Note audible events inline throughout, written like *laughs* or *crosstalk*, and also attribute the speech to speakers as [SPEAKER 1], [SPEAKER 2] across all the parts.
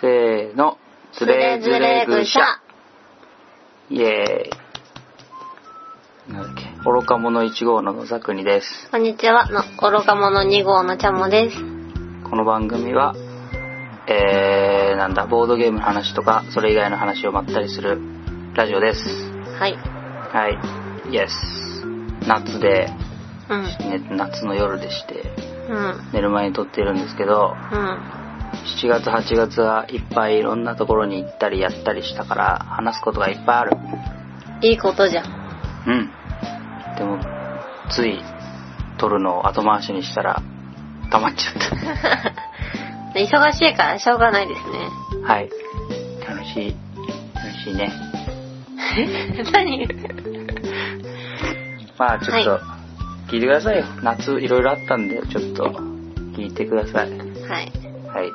[SPEAKER 1] せーの。つれづれぐしゃ。イエーイ。なんだっけ。愚か者1号の野沢国です。
[SPEAKER 2] こんにちは、の、愚か者2号のちゃもです。
[SPEAKER 1] この番組は、えー、なんだ、ボードゲームの話とか、それ以外の話をまったりするラジオです。
[SPEAKER 2] はい。
[SPEAKER 1] はい。イエス。夏で、
[SPEAKER 2] うん。
[SPEAKER 1] ね、夏の夜でして、
[SPEAKER 2] うん。
[SPEAKER 1] 寝る前に撮っているんですけど、
[SPEAKER 2] うん。
[SPEAKER 1] 7月8月はいっぱいいろんなところに行ったりやったりしたから話すことがいっぱいある
[SPEAKER 2] いいことじゃん。
[SPEAKER 1] うんでもつい撮るのを後回しにしたら溜まっちゃ *laughs* っ
[SPEAKER 2] 忙しいからしょうがないですね。
[SPEAKER 1] たはい楽しい楽しいね
[SPEAKER 2] *laughs* 何
[SPEAKER 1] まあちょっと
[SPEAKER 2] は
[SPEAKER 1] 聞いてくださいよ、夏いろいろあったんでちょっと聞いてくださいは
[SPEAKER 2] はい。
[SPEAKER 1] い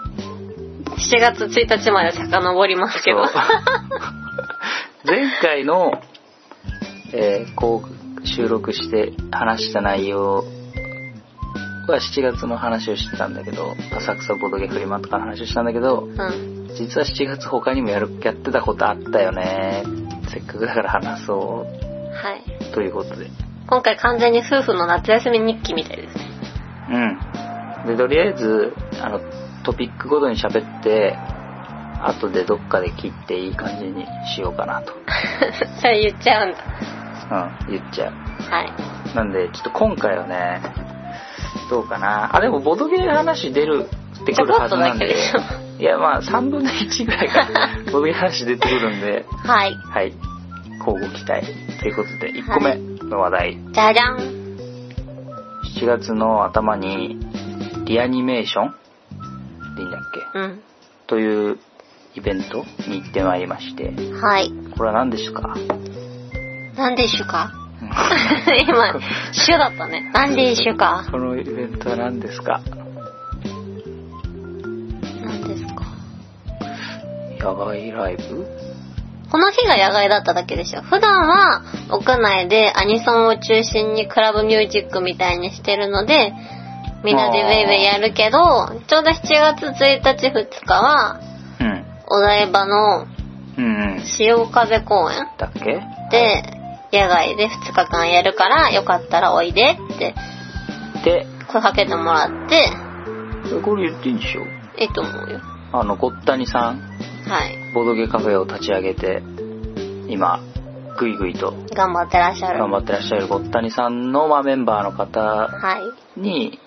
[SPEAKER 2] 7月1日まで遡りますけど。
[SPEAKER 1] そう *laughs* 前回の、えーこう収録して話した内容は7月の話をしてたんだけど浅草ボドゲフリマとかの話をしたんだけど
[SPEAKER 2] うん。
[SPEAKER 1] 実は7月他にもやるやってたことあったよねせっかくだから話そ
[SPEAKER 2] はい。
[SPEAKER 1] うということで
[SPEAKER 2] 今回完全に夫婦の夏休み日記みたいですね。
[SPEAKER 1] うんでとりあえずあのトピックごとに喋って後でどっかで切っていい感じにしようかなと、
[SPEAKER 2] *laughs* それ言っちゃうんだ。
[SPEAKER 1] うん、言っちゃう
[SPEAKER 2] はい。
[SPEAKER 1] なんで、ちょっと今回はね、どうかな。あ、でも、ボドゲーの話出るってくるはずなんで
[SPEAKER 2] ちょこっとだけ。
[SPEAKER 1] いや、まあ、3分の1ぐらいか、ボドゲーの話出てくるんで、
[SPEAKER 2] はい。
[SPEAKER 1] はい。交互期待。ということで、1個目の話題。
[SPEAKER 2] じゃじゃん。
[SPEAKER 1] 7月の頭に、リアニメーションでいいんだっけ
[SPEAKER 2] うん。
[SPEAKER 1] というイベントに行ってまいりまして、
[SPEAKER 2] はい。
[SPEAKER 1] これは何ですか
[SPEAKER 2] なんで一緒か *laughs* 今、主だったね。なんで一緒
[SPEAKER 1] *laughs*
[SPEAKER 2] か
[SPEAKER 1] このイベントは何ですか
[SPEAKER 2] なんですか
[SPEAKER 1] 野外ライブ
[SPEAKER 2] この日が野外だっただけでしょ。普段は屋内でアニソンを中心にクラブミュージックみたいにしてるので、みんなでウェイウェイやるけど、ちょうど7月1日2日は、
[SPEAKER 1] うん。
[SPEAKER 2] お台場
[SPEAKER 1] う
[SPEAKER 2] の
[SPEAKER 1] んうん。
[SPEAKER 2] 潮風公園
[SPEAKER 1] だっけ
[SPEAKER 2] で、野外で2日間やるから、よかったらおいでって
[SPEAKER 1] で、
[SPEAKER 2] 声かけてもらって、
[SPEAKER 1] これ言っていいんでしょ
[SPEAKER 2] いいと思うよ。
[SPEAKER 1] あの、ごったにさん、
[SPEAKER 2] はい。
[SPEAKER 1] ボドゲカフェを立ち上げて、今、ぐいぐいと
[SPEAKER 2] 頑張ってらっしゃる。
[SPEAKER 1] 頑張ってらっしゃるごったにさんの、まあ、メンバーの方
[SPEAKER 2] はい。
[SPEAKER 1] に、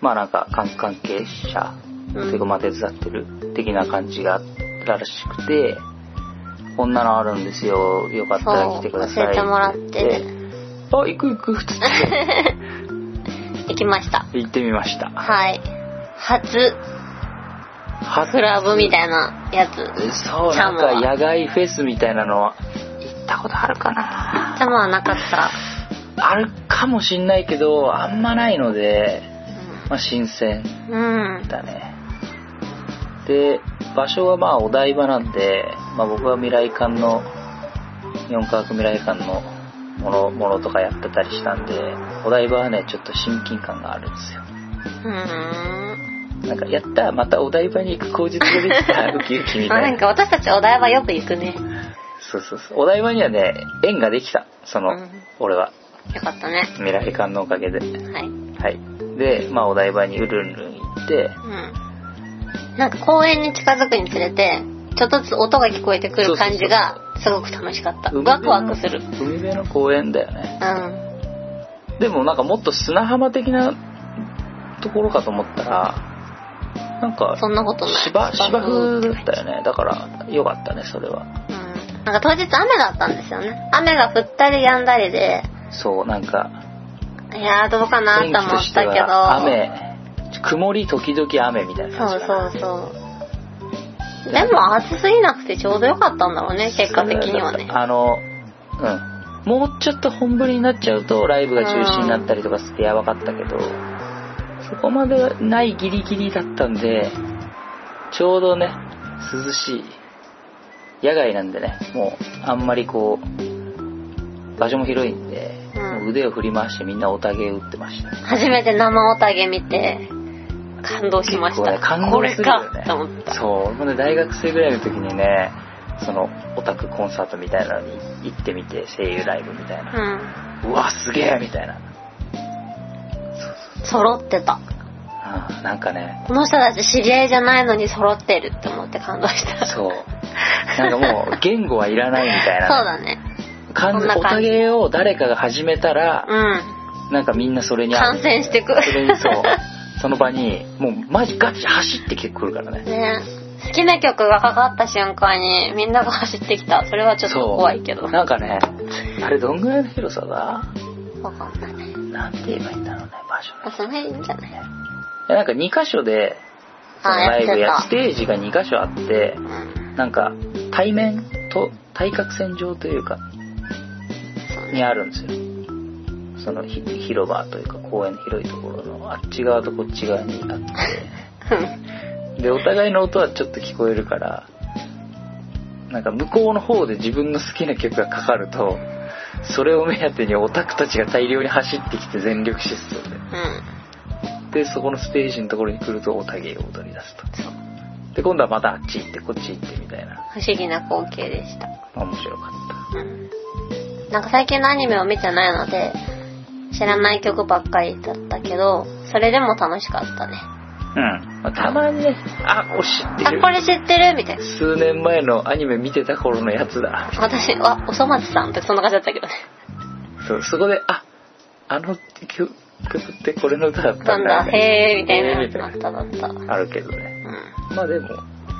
[SPEAKER 1] まあなんか、関関係者、
[SPEAKER 2] うん
[SPEAKER 1] ていうかまあ手伝ってる的な感じがあったらしくて、こんなのあるんですよ、よかったら来てください。
[SPEAKER 2] そう教えてもらって
[SPEAKER 1] あ、行く行く、つって
[SPEAKER 2] *laughs* 行きました。
[SPEAKER 1] 行ってみました。
[SPEAKER 2] はい。初、
[SPEAKER 1] 初
[SPEAKER 2] クラブみたいなやつ。
[SPEAKER 1] そう
[SPEAKER 2] ち
[SPEAKER 1] な
[SPEAKER 2] ゃ
[SPEAKER 1] んん
[SPEAKER 2] もは
[SPEAKER 1] か野外フェスみたいなのは行ったことあるかな
[SPEAKER 2] 頭はなかった。
[SPEAKER 1] あるかもしんないけどあんまないので、まあ、新鮮
[SPEAKER 2] うん。
[SPEAKER 1] だねで場所はまあお台場なんで、まあ、僕は未来館の日本科学未来館のものものとかやってたりしたんでお台場はねちょっと親近感があるんですよ
[SPEAKER 2] うん。
[SPEAKER 1] なんかやったまたお台場に行く口実ができたウキウキみ
[SPEAKER 2] あ
[SPEAKER 1] た
[SPEAKER 2] ないん
[SPEAKER 1] な
[SPEAKER 2] か私たちお台場よく行くね。
[SPEAKER 1] そうそうそうお台場にはね縁ができたその、
[SPEAKER 2] うん
[SPEAKER 1] 俺は
[SPEAKER 2] よかったね。
[SPEAKER 1] 未来館のおかげで。
[SPEAKER 2] はい。うん。
[SPEAKER 1] はい。で、まあお台場にうるんるん行って、
[SPEAKER 2] なんか公園に近づくにつれて、ちょっとずつ音が聞こえてくる感じがすごく楽しかった。
[SPEAKER 1] 海辺の
[SPEAKER 2] ワクワクする。
[SPEAKER 1] 海辺の公園だよね。
[SPEAKER 2] うん。
[SPEAKER 1] でもなんかもっと砂浜的なところかと思ったら、なんか
[SPEAKER 2] そんなことない。
[SPEAKER 1] 芝、芝
[SPEAKER 2] う
[SPEAKER 1] 生
[SPEAKER 2] ん。
[SPEAKER 1] だったよね。だから良かったね、それは。
[SPEAKER 2] なんか当日雨だったんですよね。雨が降ったり止んだりで、
[SPEAKER 1] そう、なんか、
[SPEAKER 2] いやーどうかな
[SPEAKER 1] 天
[SPEAKER 2] と
[SPEAKER 1] 気
[SPEAKER 2] 思
[SPEAKER 1] と
[SPEAKER 2] っ
[SPEAKER 1] して
[SPEAKER 2] たけど。
[SPEAKER 1] は雨、曇り時々雨みたいな
[SPEAKER 2] そ
[SPEAKER 1] 感
[SPEAKER 2] う
[SPEAKER 1] じか
[SPEAKER 2] そ
[SPEAKER 1] な。
[SPEAKER 2] うそう。でも暑すぎなくてちょうどよかったんだろうね、結果的にはね。
[SPEAKER 1] あの、うん。もうちょっと本降りになっちゃうと、ライブが中止になったりとかしてやばかったけど、そこまでないギリギリだったんで、ちょうどね、涼しい。野外なんでね、もう、あんまりこう、場所も広いんで、
[SPEAKER 2] うん
[SPEAKER 1] もう腕を振り回してみんなおたげ打ってましたね。
[SPEAKER 2] 初めて生おたげ見て、感動しました。
[SPEAKER 1] 結構ね感
[SPEAKER 2] こ
[SPEAKER 1] 動
[SPEAKER 2] れ
[SPEAKER 1] するよね
[SPEAKER 2] かと思った。
[SPEAKER 1] そう、僕ね、大学生ぐらいの時にね、その、オタクコンサートみたいなのに行ってみて、声優ライブみたいな。
[SPEAKER 2] うん。
[SPEAKER 1] うわ、すげえみたいな。
[SPEAKER 2] 揃ってた。
[SPEAKER 1] うんなんかね、
[SPEAKER 2] この人たち知り合いじゃないのに揃ってるって思って感動した。そ
[SPEAKER 1] そ
[SPEAKER 2] う
[SPEAKER 1] う。なんかもう、言語はいらないみたいな。
[SPEAKER 2] だね。
[SPEAKER 1] 感
[SPEAKER 2] そ
[SPEAKER 1] じ
[SPEAKER 2] んな
[SPEAKER 1] お
[SPEAKER 2] 感
[SPEAKER 1] た
[SPEAKER 2] じ
[SPEAKER 1] げを誰かが始めたら、
[SPEAKER 2] う
[SPEAKER 1] なんかみんなそれ
[SPEAKER 2] ん。
[SPEAKER 1] に
[SPEAKER 2] 感染してく。
[SPEAKER 1] それにそう。その場に、もうマジガチ走ってきてくるからね。
[SPEAKER 2] *laughs* ね好きな曲がかかった瞬間にみんなが走ってきた。それはちょっと怖いけど。
[SPEAKER 1] そう
[SPEAKER 2] わ
[SPEAKER 1] なんかね、あれどんぐらいの広さだ
[SPEAKER 2] かんない。
[SPEAKER 1] なんて言えばいいんだろうね、場所
[SPEAKER 2] あ、その辺いいんじゃない
[SPEAKER 1] いやなんか2箇所で、その
[SPEAKER 2] あ、
[SPEAKER 1] ライ
[SPEAKER 2] や
[SPEAKER 1] ブ
[SPEAKER 2] って
[SPEAKER 1] や
[SPEAKER 2] た
[SPEAKER 1] ス。テージが2箇所あって
[SPEAKER 2] う、ん。
[SPEAKER 1] なんか対面と対角線上というか、
[SPEAKER 2] そう
[SPEAKER 1] に
[SPEAKER 2] ね。
[SPEAKER 1] あるんですよ。そのひ広場というか公園の広いところのあっち側とこっち側にあって、で、お互いの音はちょっと聞こえるから、なんか向こうの方で自分の好きな曲がかかると、それを目当てにオタクたちが大量に走ってきて全力疾走
[SPEAKER 2] うん。
[SPEAKER 1] で。で、そこのステージのところに来るとオタゲを踊り出すと。
[SPEAKER 2] そう。
[SPEAKER 1] で、今度はまたあっち行って、こっち行ってみたいな。
[SPEAKER 2] 不思議な光景でした。
[SPEAKER 1] まあ面白かっ
[SPEAKER 2] うん。なんか最近のアニメを見てないので、知らない曲ばっかりだったけど、それでも楽しかったね。
[SPEAKER 1] た。うん。まあ、たまにね、あ、これ知って
[SPEAKER 2] あ、
[SPEAKER 1] る
[SPEAKER 2] こ。れ知ってるみたいな。
[SPEAKER 1] 数年前のアニメ見てた頃のやつだ。
[SPEAKER 2] 私、あ、おそ松さんってそんな感じだったけどね。
[SPEAKER 1] そう、そこで、あ、あの曲曲ってこれの歌だった
[SPEAKER 2] なんん
[SPEAKER 1] だ、
[SPEAKER 2] だ、
[SPEAKER 1] ね。
[SPEAKER 2] へーみたい
[SPEAKER 1] へー
[SPEAKER 2] な。
[SPEAKER 1] みたいな
[SPEAKER 2] だっただった。うん。
[SPEAKER 1] あるけどね。まあでも、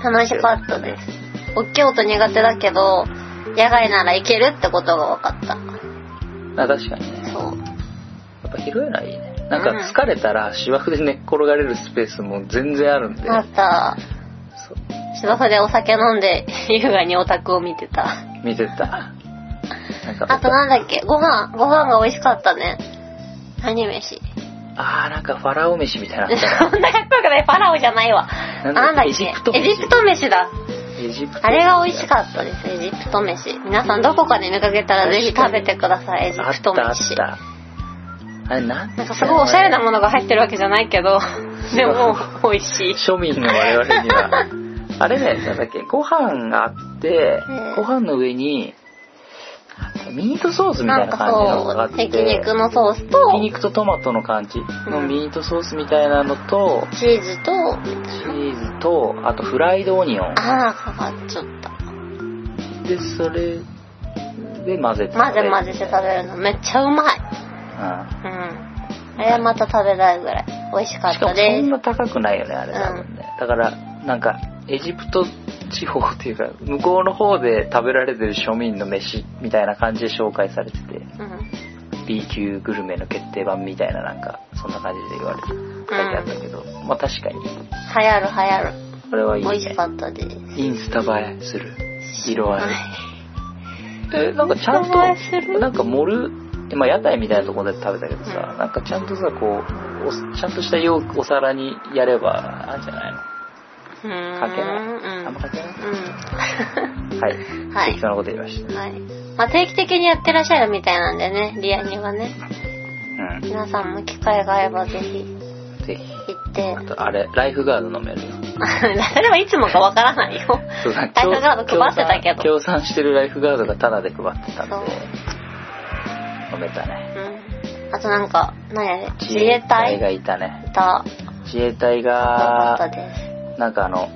[SPEAKER 2] 楽しかったです。大きい音苦手だけど、野外ならいけるってことが分かった。
[SPEAKER 1] あ確かにね。
[SPEAKER 2] そう。
[SPEAKER 1] やっぱ広いのはいいね。なんか疲れたら芝生で寝っ転がれるスペースも全然あるんで。
[SPEAKER 2] あった。
[SPEAKER 1] そう。
[SPEAKER 2] 芝生でお酒飲んで、優雅にオタクを見てた。
[SPEAKER 1] 見てた。なんか、
[SPEAKER 2] あとなんだっけ、ご飯、ご飯が美味しかったね。何飯。
[SPEAKER 1] あーなんかファラオ飯みたいなのあっ
[SPEAKER 2] そんなかっこよくない、ファラオじゃないわ。
[SPEAKER 1] なんだっけ
[SPEAKER 2] なんだっ
[SPEAKER 1] エ
[SPEAKER 2] け、
[SPEAKER 1] ジプト飯
[SPEAKER 2] エジプト飯だ。
[SPEAKER 1] た。エジプト。
[SPEAKER 2] あれが美味しかったです、エジプト飯。皆さんどこかで見かけたらぜひ食べてください、エジ
[SPEAKER 1] あっ
[SPEAKER 2] プ
[SPEAKER 1] た
[SPEAKER 2] ト
[SPEAKER 1] あっ
[SPEAKER 2] 飯。
[SPEAKER 1] た。あれなん
[SPEAKER 2] なんかすごいおしゃれなものが入ってるわけじゃないけど、
[SPEAKER 1] *laughs*
[SPEAKER 2] でも美味しい。
[SPEAKER 1] 庶民の我々には。あれね、なんだっけ、ご飯があって
[SPEAKER 2] うん、
[SPEAKER 1] ご飯の上に、ミートソースみた
[SPEAKER 2] ないん
[SPEAKER 1] な感じのがあ
[SPEAKER 2] か
[SPEAKER 1] っ
[SPEAKER 2] そう、
[SPEAKER 1] て、
[SPEAKER 2] ひき肉のソース
[SPEAKER 1] ひき
[SPEAKER 2] と、
[SPEAKER 1] 肉とトマトの感じの
[SPEAKER 2] うん
[SPEAKER 1] ミートソースみたいなのと、
[SPEAKER 2] チーズと、
[SPEAKER 1] チーズと、あとフライドオニオン。
[SPEAKER 2] ああ、かかっちゃった。
[SPEAKER 1] で、それで混ぜて。
[SPEAKER 2] 混ぜ混ぜして食べるのめっちゃうまい。
[SPEAKER 1] う
[SPEAKER 2] うん。あれはまた食べたいぐらい美味しか
[SPEAKER 1] ん。
[SPEAKER 2] っ
[SPEAKER 1] しか
[SPEAKER 2] た
[SPEAKER 1] もそ
[SPEAKER 2] で
[SPEAKER 1] ん
[SPEAKER 2] す。
[SPEAKER 1] な高くないよね、あれ
[SPEAKER 2] うん
[SPEAKER 1] 多分ね。だから、なんか、エジプト地方っていうか、向こうの方で食べられてる庶民の飯みたいな感じで紹介されてて、
[SPEAKER 2] うん。
[SPEAKER 1] B 級グルメの決定版みたいななんか、そんな感じで言われて、書いてあったけど、まあ確かに、
[SPEAKER 2] 流行る流行
[SPEAKER 1] これはいい
[SPEAKER 2] る。美味し
[SPEAKER 1] ね。
[SPEAKER 2] かったです。
[SPEAKER 1] インスタ映えする。色合い
[SPEAKER 2] はい。
[SPEAKER 1] えなんかちゃん
[SPEAKER 2] 名前す
[SPEAKER 1] と
[SPEAKER 2] る
[SPEAKER 1] なんか盛るまあ屋台みたいなところで食べたけどさ、
[SPEAKER 2] うん
[SPEAKER 1] なんかちゃんとさこうおちゃんとした容器お皿にやればあんじゃないの
[SPEAKER 2] うーん
[SPEAKER 1] かけない、
[SPEAKER 2] うん
[SPEAKER 1] あんまかけない、
[SPEAKER 2] うん。
[SPEAKER 1] はい、
[SPEAKER 2] はい
[SPEAKER 1] 適当なこと言いま
[SPEAKER 2] *laughs*
[SPEAKER 1] した
[SPEAKER 2] はい。まあ、定期的にやってらっしゃるみたいなんでね、リアにはね。
[SPEAKER 1] う
[SPEAKER 2] 皆さんも機会があればぜひ
[SPEAKER 1] んぜひ
[SPEAKER 2] 行って
[SPEAKER 1] あ。とあれライフガード飲めるよ
[SPEAKER 2] *laughs* 誰もいつもかわからないよ。
[SPEAKER 1] そうなんか
[SPEAKER 2] ライフガード配ってたけど。
[SPEAKER 1] 協賛協賛してるライフガードがタダで配ってたんで
[SPEAKER 2] そう
[SPEAKER 1] 飲めたね
[SPEAKER 2] うん。あとなんか、何やね、自衛隊
[SPEAKER 1] が
[SPEAKER 2] がい
[SPEAKER 1] いたね
[SPEAKER 2] た。
[SPEAKER 1] 自衛隊
[SPEAKER 2] よかった
[SPEAKER 1] が
[SPEAKER 2] です。
[SPEAKER 1] なんかあの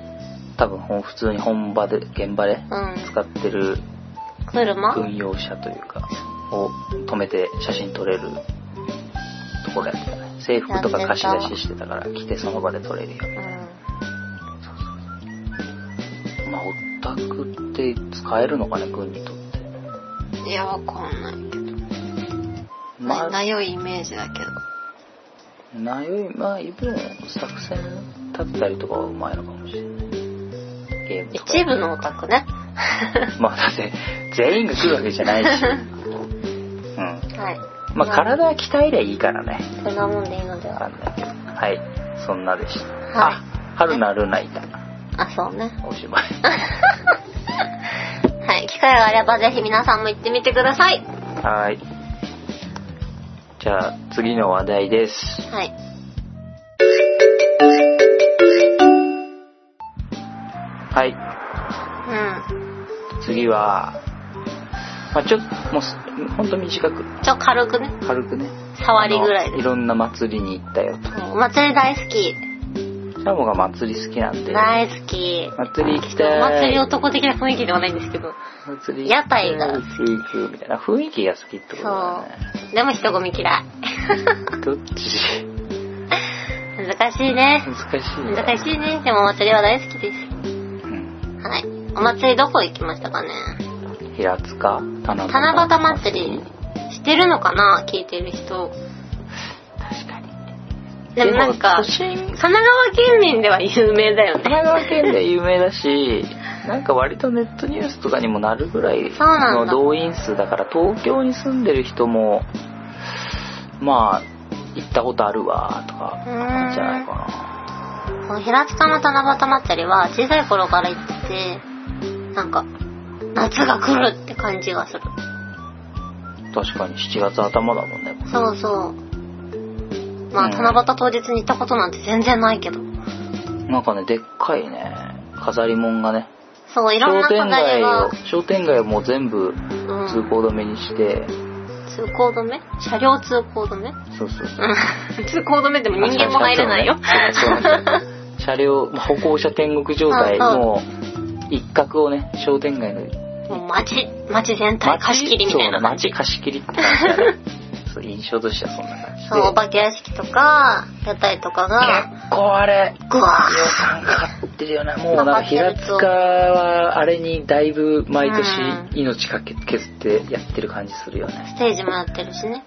[SPEAKER 1] 多分ほん普通に本場で現場で
[SPEAKER 2] うん。
[SPEAKER 1] 使ってる
[SPEAKER 2] 車
[SPEAKER 1] 軍用車というかを止めて写真撮れるところやってたね制服とか貸し出ししてたから着てその場で撮れるよ
[SPEAKER 2] うん。
[SPEAKER 1] まあオタクって使えるのかね軍にとって
[SPEAKER 2] いや、わかんないけど。
[SPEAKER 1] まあ
[SPEAKER 2] なよいイメージだけど。
[SPEAKER 1] なよいまあでも作戦立てたりとかはうまいのかもしれないゲームとか
[SPEAKER 2] 一部のオタクね。
[SPEAKER 1] まあだって全員が来るわけじゃ
[SPEAKER 2] *laughs*
[SPEAKER 1] ないしうん
[SPEAKER 2] はい。
[SPEAKER 1] まあ体は鍛えりゃいいからね
[SPEAKER 2] そんなもんでいいので
[SPEAKER 1] わか
[SPEAKER 2] は。
[SPEAKER 1] んないけどはいそんなでした、
[SPEAKER 2] はい
[SPEAKER 1] あ春菜ルナいた
[SPEAKER 2] あ、そうね。
[SPEAKER 1] おしまい
[SPEAKER 2] はい。機会があればぜひ皆さんも行ってみてください。
[SPEAKER 1] はい。じゃあ、次の話題です。
[SPEAKER 2] はい。
[SPEAKER 1] はい。
[SPEAKER 2] うん。
[SPEAKER 1] 次は、まあちょっと、もうす、ほんと短く、
[SPEAKER 2] ちょ、軽くね。
[SPEAKER 1] 軽くね。
[SPEAKER 2] 触りぐらい
[SPEAKER 1] あの
[SPEAKER 2] で
[SPEAKER 1] い。ろんな祭りに行ったよと。
[SPEAKER 2] お祭り大好
[SPEAKER 1] シ
[SPEAKER 2] き。
[SPEAKER 1] ャモが祭り好きなんで、
[SPEAKER 2] 大好き。
[SPEAKER 1] 祭り行き
[SPEAKER 2] お
[SPEAKER 1] たい。
[SPEAKER 2] 祭り男的な雰囲気ではないんですけど。
[SPEAKER 1] 祭り
[SPEAKER 2] 屋台が好
[SPEAKER 1] き。みたいな雰囲気が好きってことだよね。
[SPEAKER 2] そう。でも人混み嫌 *laughs* い。
[SPEAKER 1] どっち
[SPEAKER 2] 難しいね。
[SPEAKER 1] 難しいね。
[SPEAKER 2] 難しいね。でもお祭りは大好きです。
[SPEAKER 1] うん
[SPEAKER 2] はい。お祭りどこ行きましたかね
[SPEAKER 1] 平塚七夕
[SPEAKER 2] 七夕祭りしてるのかな聞いてる人。
[SPEAKER 1] 確かに。
[SPEAKER 2] でもなんか、
[SPEAKER 1] でも都心
[SPEAKER 2] 神奈川県民では有名だよ
[SPEAKER 1] 神奈
[SPEAKER 2] ね。
[SPEAKER 1] 川県で有名だし、なんか割とネットニュースとかにもなるぐらい
[SPEAKER 2] そうなん
[SPEAKER 1] の
[SPEAKER 2] だ
[SPEAKER 1] 動員数だから、東京に住んでる人も、まあ、行ったことあるわ、とか、
[SPEAKER 2] うーん
[SPEAKER 1] なんじゃないか
[SPEAKER 2] この平塚の七夕祭りは小さい頃から行ってて、なんか、夏が来るって感じがする。
[SPEAKER 1] な。確かに7月頭だもんね。
[SPEAKER 2] そうそう。まあ、
[SPEAKER 1] うん
[SPEAKER 2] 七夕当日に行ったことなんて全然ないけど。
[SPEAKER 1] なんかね、でっかいね、飾り物がね、
[SPEAKER 2] そう、いろん
[SPEAKER 1] 商
[SPEAKER 2] な
[SPEAKER 1] 店
[SPEAKER 2] 飾
[SPEAKER 1] 街
[SPEAKER 2] りが
[SPEAKER 1] を、、商店街をもう全部
[SPEAKER 2] うん、
[SPEAKER 1] 通行止めにして、
[SPEAKER 2] 通行止め車両通行止め
[SPEAKER 1] そうそうそう。
[SPEAKER 2] うん。 *laughs* 通行止めでも人間も入れないよ。
[SPEAKER 1] *laughs* そうそうそう車両、まあ歩行者天国状態
[SPEAKER 2] そうそう
[SPEAKER 1] の一角をね、商店街の
[SPEAKER 2] もう街、街全体貸し切りみたいな感
[SPEAKER 1] 街
[SPEAKER 2] じ。
[SPEAKER 1] そう貸し切りって感じだねそう印象としてはそんな感じで
[SPEAKER 2] そう、お化け屋敷とか、屋台とかが、
[SPEAKER 1] 結構あれ
[SPEAKER 2] ぐわ
[SPEAKER 1] 予算かかってるよねもうなんか平塚はあれにだいぶ毎年命かけ削ってやってる感じするよ
[SPEAKER 2] ー
[SPEAKER 1] ね、
[SPEAKER 2] ステージもやってるしね。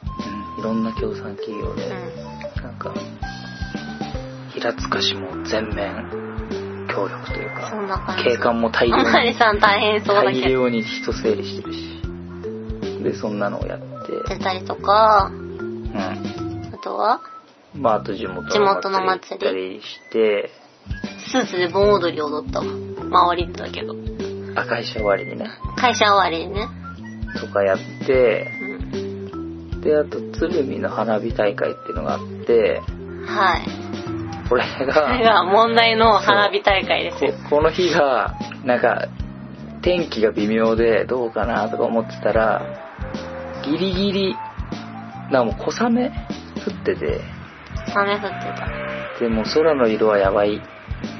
[SPEAKER 1] うん、いろんな協賛企業で、
[SPEAKER 2] うん。
[SPEAKER 1] なんか平塚市も全面協力という
[SPEAKER 2] そ
[SPEAKER 1] か
[SPEAKER 2] んな感じ。
[SPEAKER 1] 景観も大量
[SPEAKER 2] あんまり
[SPEAKER 1] に
[SPEAKER 2] さん大変そうだ
[SPEAKER 1] 大
[SPEAKER 2] けど。
[SPEAKER 1] 量に人整理してるしでそんなのをやって、
[SPEAKER 2] 出たりとか、
[SPEAKER 1] うん、
[SPEAKER 2] あとは、
[SPEAKER 1] まあ、あと地元の祭り行ったりして、
[SPEAKER 2] スーツで盆踊り踊ったわ。周りだけど。
[SPEAKER 1] あ会社終わりにね、
[SPEAKER 2] 会社終わりにね。
[SPEAKER 1] とかやって、
[SPEAKER 2] う
[SPEAKER 1] で、あと、鶴見の花火大会っていうのがあって、
[SPEAKER 2] ん。はい。
[SPEAKER 1] これ
[SPEAKER 2] これ
[SPEAKER 1] が、
[SPEAKER 2] が問題の花火大会です
[SPEAKER 1] こ
[SPEAKER 2] よ。
[SPEAKER 1] この日が、なんか、天気が微妙でどうかなとか思ってたら、ギリギリ、なんかもう小雨降ってて、
[SPEAKER 2] 雨降って
[SPEAKER 1] でもう空の色はやばい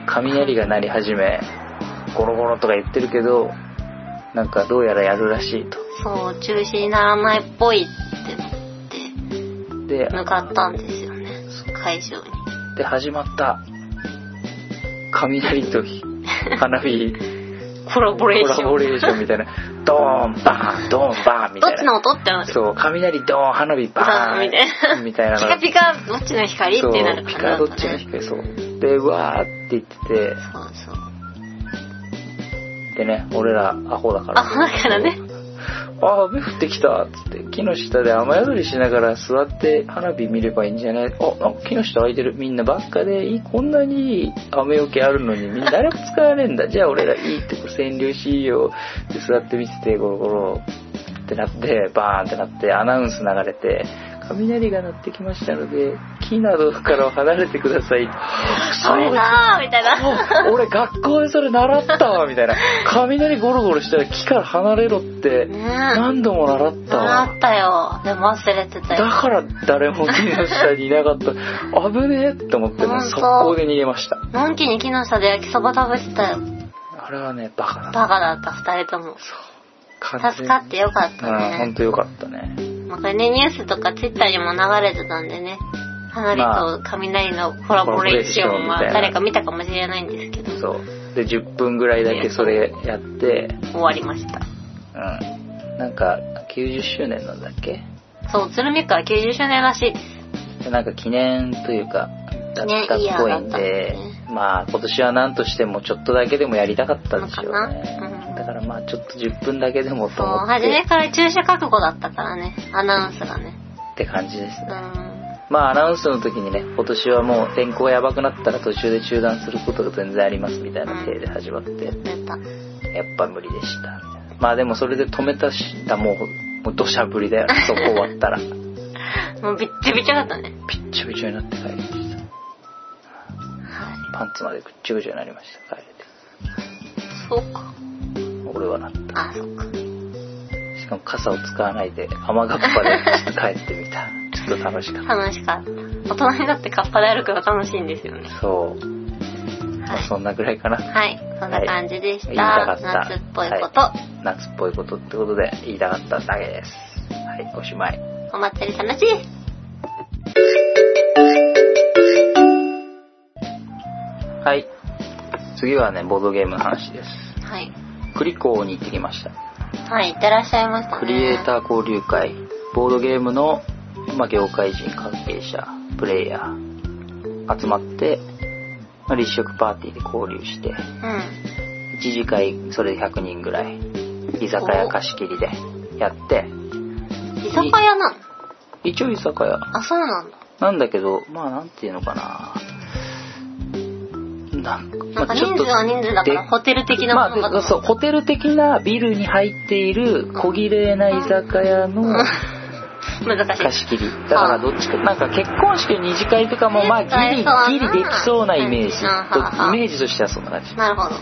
[SPEAKER 1] 雷が鳴り始めゴロゴロとか言ってるけどなんかどうやらやるらしいと
[SPEAKER 2] た。そう、中止にならないっぽいって思って、
[SPEAKER 1] で
[SPEAKER 2] 向かったんですよね。会場に。
[SPEAKER 1] で始まった雷とひ花火
[SPEAKER 2] コラボ
[SPEAKER 1] コ
[SPEAKER 2] レーシ
[SPEAKER 1] ラボ
[SPEAKER 2] ョン。
[SPEAKER 1] レーションみたいなドーンバーンドーンバーンみ
[SPEAKER 2] ど
[SPEAKER 1] た
[SPEAKER 2] っ
[SPEAKER 1] い
[SPEAKER 2] ちの
[SPEAKER 1] な
[SPEAKER 2] 音ってなる。
[SPEAKER 1] そう雷ドーン花火バーン
[SPEAKER 2] みたいな。
[SPEAKER 1] みたいな
[SPEAKER 2] ピカピカ、どっちの光ってな
[SPEAKER 1] そ
[SPEAKER 2] る
[SPEAKER 1] うピ
[SPEAKER 2] 感じ
[SPEAKER 1] カ
[SPEAKER 2] だ
[SPEAKER 1] ど
[SPEAKER 2] っ
[SPEAKER 1] っちの
[SPEAKER 2] たね。
[SPEAKER 1] 光そうでわーって言って
[SPEAKER 2] そうそう。
[SPEAKER 1] てでね俺らアホだから
[SPEAKER 2] あ、だからね。
[SPEAKER 1] あ雨降ってきたっつって木の下で雨宿りしながら座って花火見ればいいんじゃないあなんか木の下空いてるみんなばっかでいいこんなにいい雨よけあるのにみんな誰も使わねえんだじゃあ俺らいいってこう占領しようで座って見ててゴロゴロってなってバーンってなってアナウンス流れて雷が鳴ってきましたので木などからは離れてください
[SPEAKER 2] *laughs* それだーみたいな。
[SPEAKER 1] あ俺学校でそれ習ったわみたいな雷ゴロゴロしたら木から離れろって
[SPEAKER 2] ね
[SPEAKER 1] 何度も習っ
[SPEAKER 2] え。
[SPEAKER 1] た
[SPEAKER 2] 習
[SPEAKER 1] わ
[SPEAKER 2] ったよ。でも忘れてた
[SPEAKER 1] だ
[SPEAKER 2] よ。
[SPEAKER 1] から誰も木の下にいなか
[SPEAKER 2] *laughs*
[SPEAKER 1] った危ねえって思ってもう
[SPEAKER 2] 本当
[SPEAKER 1] 速攻で逃げました
[SPEAKER 2] のんきに木の下で焼きそば食べてたよ。
[SPEAKER 1] あれはねバカだった
[SPEAKER 2] バカだった、二人とも。
[SPEAKER 1] 完全
[SPEAKER 2] 助かってよかった
[SPEAKER 1] うんほん
[SPEAKER 2] ね。
[SPEAKER 1] とよかったね
[SPEAKER 2] まあこれね、ニュースとかツイッターにも流れてたんでね。花火と雷のコラボレーション
[SPEAKER 1] ま
[SPEAKER 2] は
[SPEAKER 1] あ
[SPEAKER 2] 誰か見たかもしれないんですけど、
[SPEAKER 1] そうで10分ぐらいだけそれやって
[SPEAKER 2] 終わりました。
[SPEAKER 1] うんなんか90周年なんだっけ
[SPEAKER 2] そう、鶴見区は90周年らしいです。
[SPEAKER 1] でなんか記念というかだったっぽいんで、
[SPEAKER 2] 記念イヤーだったん
[SPEAKER 1] まあ今年は何としてもちょっとだけでもやりたかったんでしょうね
[SPEAKER 2] のかなうん
[SPEAKER 1] だからまあちょっと10分だけでもと
[SPEAKER 2] そう、
[SPEAKER 1] 思っ
[SPEAKER 2] 初め
[SPEAKER 1] て
[SPEAKER 2] から駐車覚悟だったからね、アナウンスがね。
[SPEAKER 1] って感じです
[SPEAKER 2] う
[SPEAKER 1] ね
[SPEAKER 2] ん。
[SPEAKER 1] まあアナウンスの時にね今年はもう天候やばくなったら途中で中断することが全然ありますみたいな体で始まってや
[SPEAKER 2] 出た。
[SPEAKER 1] っぱ無理でしたみたいなまあでもそれで止めたしたもうもう土砂降りだよねそこ終わったら *laughs* び
[SPEAKER 2] もうびっちょびちょだったね。
[SPEAKER 1] っちょびちょになって帰りました
[SPEAKER 2] は
[SPEAKER 1] パンツまでぐっちょぐちょになりました帰れて
[SPEAKER 2] い。そうか。
[SPEAKER 1] 俺はなった
[SPEAKER 2] あ、そうか。
[SPEAKER 1] しかも傘を使わないで雨がっぱでちょっと帰ってみたちょっと楽しかっ
[SPEAKER 2] 楽しかった。大人になってカッパで歩くの楽しいんですよね。
[SPEAKER 1] たそう、まあ
[SPEAKER 2] はい。
[SPEAKER 1] そんなぐらいかな
[SPEAKER 2] はい。そんな感じでした。
[SPEAKER 1] 言いたかった
[SPEAKER 2] 夏っぽいこと、
[SPEAKER 1] 夏っぽいことってことで言いたかっただけですはいおしまい
[SPEAKER 2] お祭り楽しい
[SPEAKER 1] はい次はねボードゲームの話です
[SPEAKER 2] はい。
[SPEAKER 1] クリコーに行ってきました
[SPEAKER 2] はい、いってらっしゃいましたね。
[SPEAKER 1] クリエイター交流会ボードゲームの、まあ、業界人関係者プレイヤー集まって、まあ、立食パーティーで交流して
[SPEAKER 2] うん。
[SPEAKER 1] 1次会それで100人ぐらい居酒屋貸し切りでやって
[SPEAKER 2] 居酒屋なの
[SPEAKER 1] 一応居酒屋
[SPEAKER 2] あ、そうなんだ。
[SPEAKER 1] なんだけどまあなんていうのかななんか,、
[SPEAKER 2] なん
[SPEAKER 1] ま
[SPEAKER 2] か
[SPEAKER 1] あ、ちょ
[SPEAKER 2] 人
[SPEAKER 1] っと
[SPEAKER 2] 数は人数だから
[SPEAKER 1] で
[SPEAKER 2] ホテル的な
[SPEAKER 1] ま
[SPEAKER 2] ものか
[SPEAKER 1] あ、で
[SPEAKER 2] と
[SPEAKER 1] そう
[SPEAKER 2] 思
[SPEAKER 1] ホテル的なビルに入っている小綺麗な居酒屋の
[SPEAKER 2] う。 *laughs* 難しい。
[SPEAKER 1] 貸し切りだからどっちかなんか結婚式の二次会とかもまあギ
[SPEAKER 2] 絶対そうだな
[SPEAKER 1] リギリできそうなイメージ
[SPEAKER 2] うんはあはあ
[SPEAKER 1] イメージとしてはそんな感じだ
[SPEAKER 2] なるほど。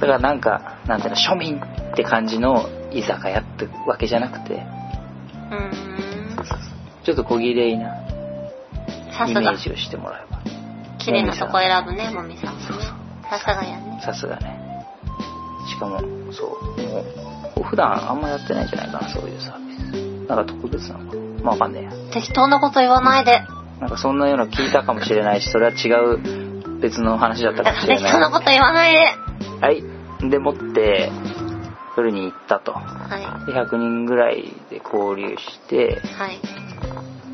[SPEAKER 1] からなんかなんていうの庶民って感じの居酒屋ってわけじゃなくて
[SPEAKER 2] うーん。
[SPEAKER 1] ちょっと小綺麗な
[SPEAKER 2] さ
[SPEAKER 1] イ
[SPEAKER 2] す
[SPEAKER 1] メ
[SPEAKER 2] が
[SPEAKER 1] ー。ジをしてもらえば
[SPEAKER 2] 綺麗なとこ選ぶね、もみさんはね。さすがやね。
[SPEAKER 1] さすがねしかもそうもう普段あんまやってないんじゃないかなそういうサービスなんか特別なのかなまあわかんねえや
[SPEAKER 2] 適当なこと言わないで。
[SPEAKER 1] なんかそんなような聞いたかもしれないしそれは違う別の話だった
[SPEAKER 2] だ
[SPEAKER 1] か
[SPEAKER 2] か
[SPEAKER 1] も
[SPEAKER 2] ら
[SPEAKER 1] しれ
[SPEAKER 2] 適当なこ
[SPEAKER 1] な
[SPEAKER 2] *laughs* と言わないで。
[SPEAKER 1] いはいでもって夜に行ったと
[SPEAKER 2] はい。
[SPEAKER 1] で100人ぐらいで交流して、
[SPEAKER 2] はい。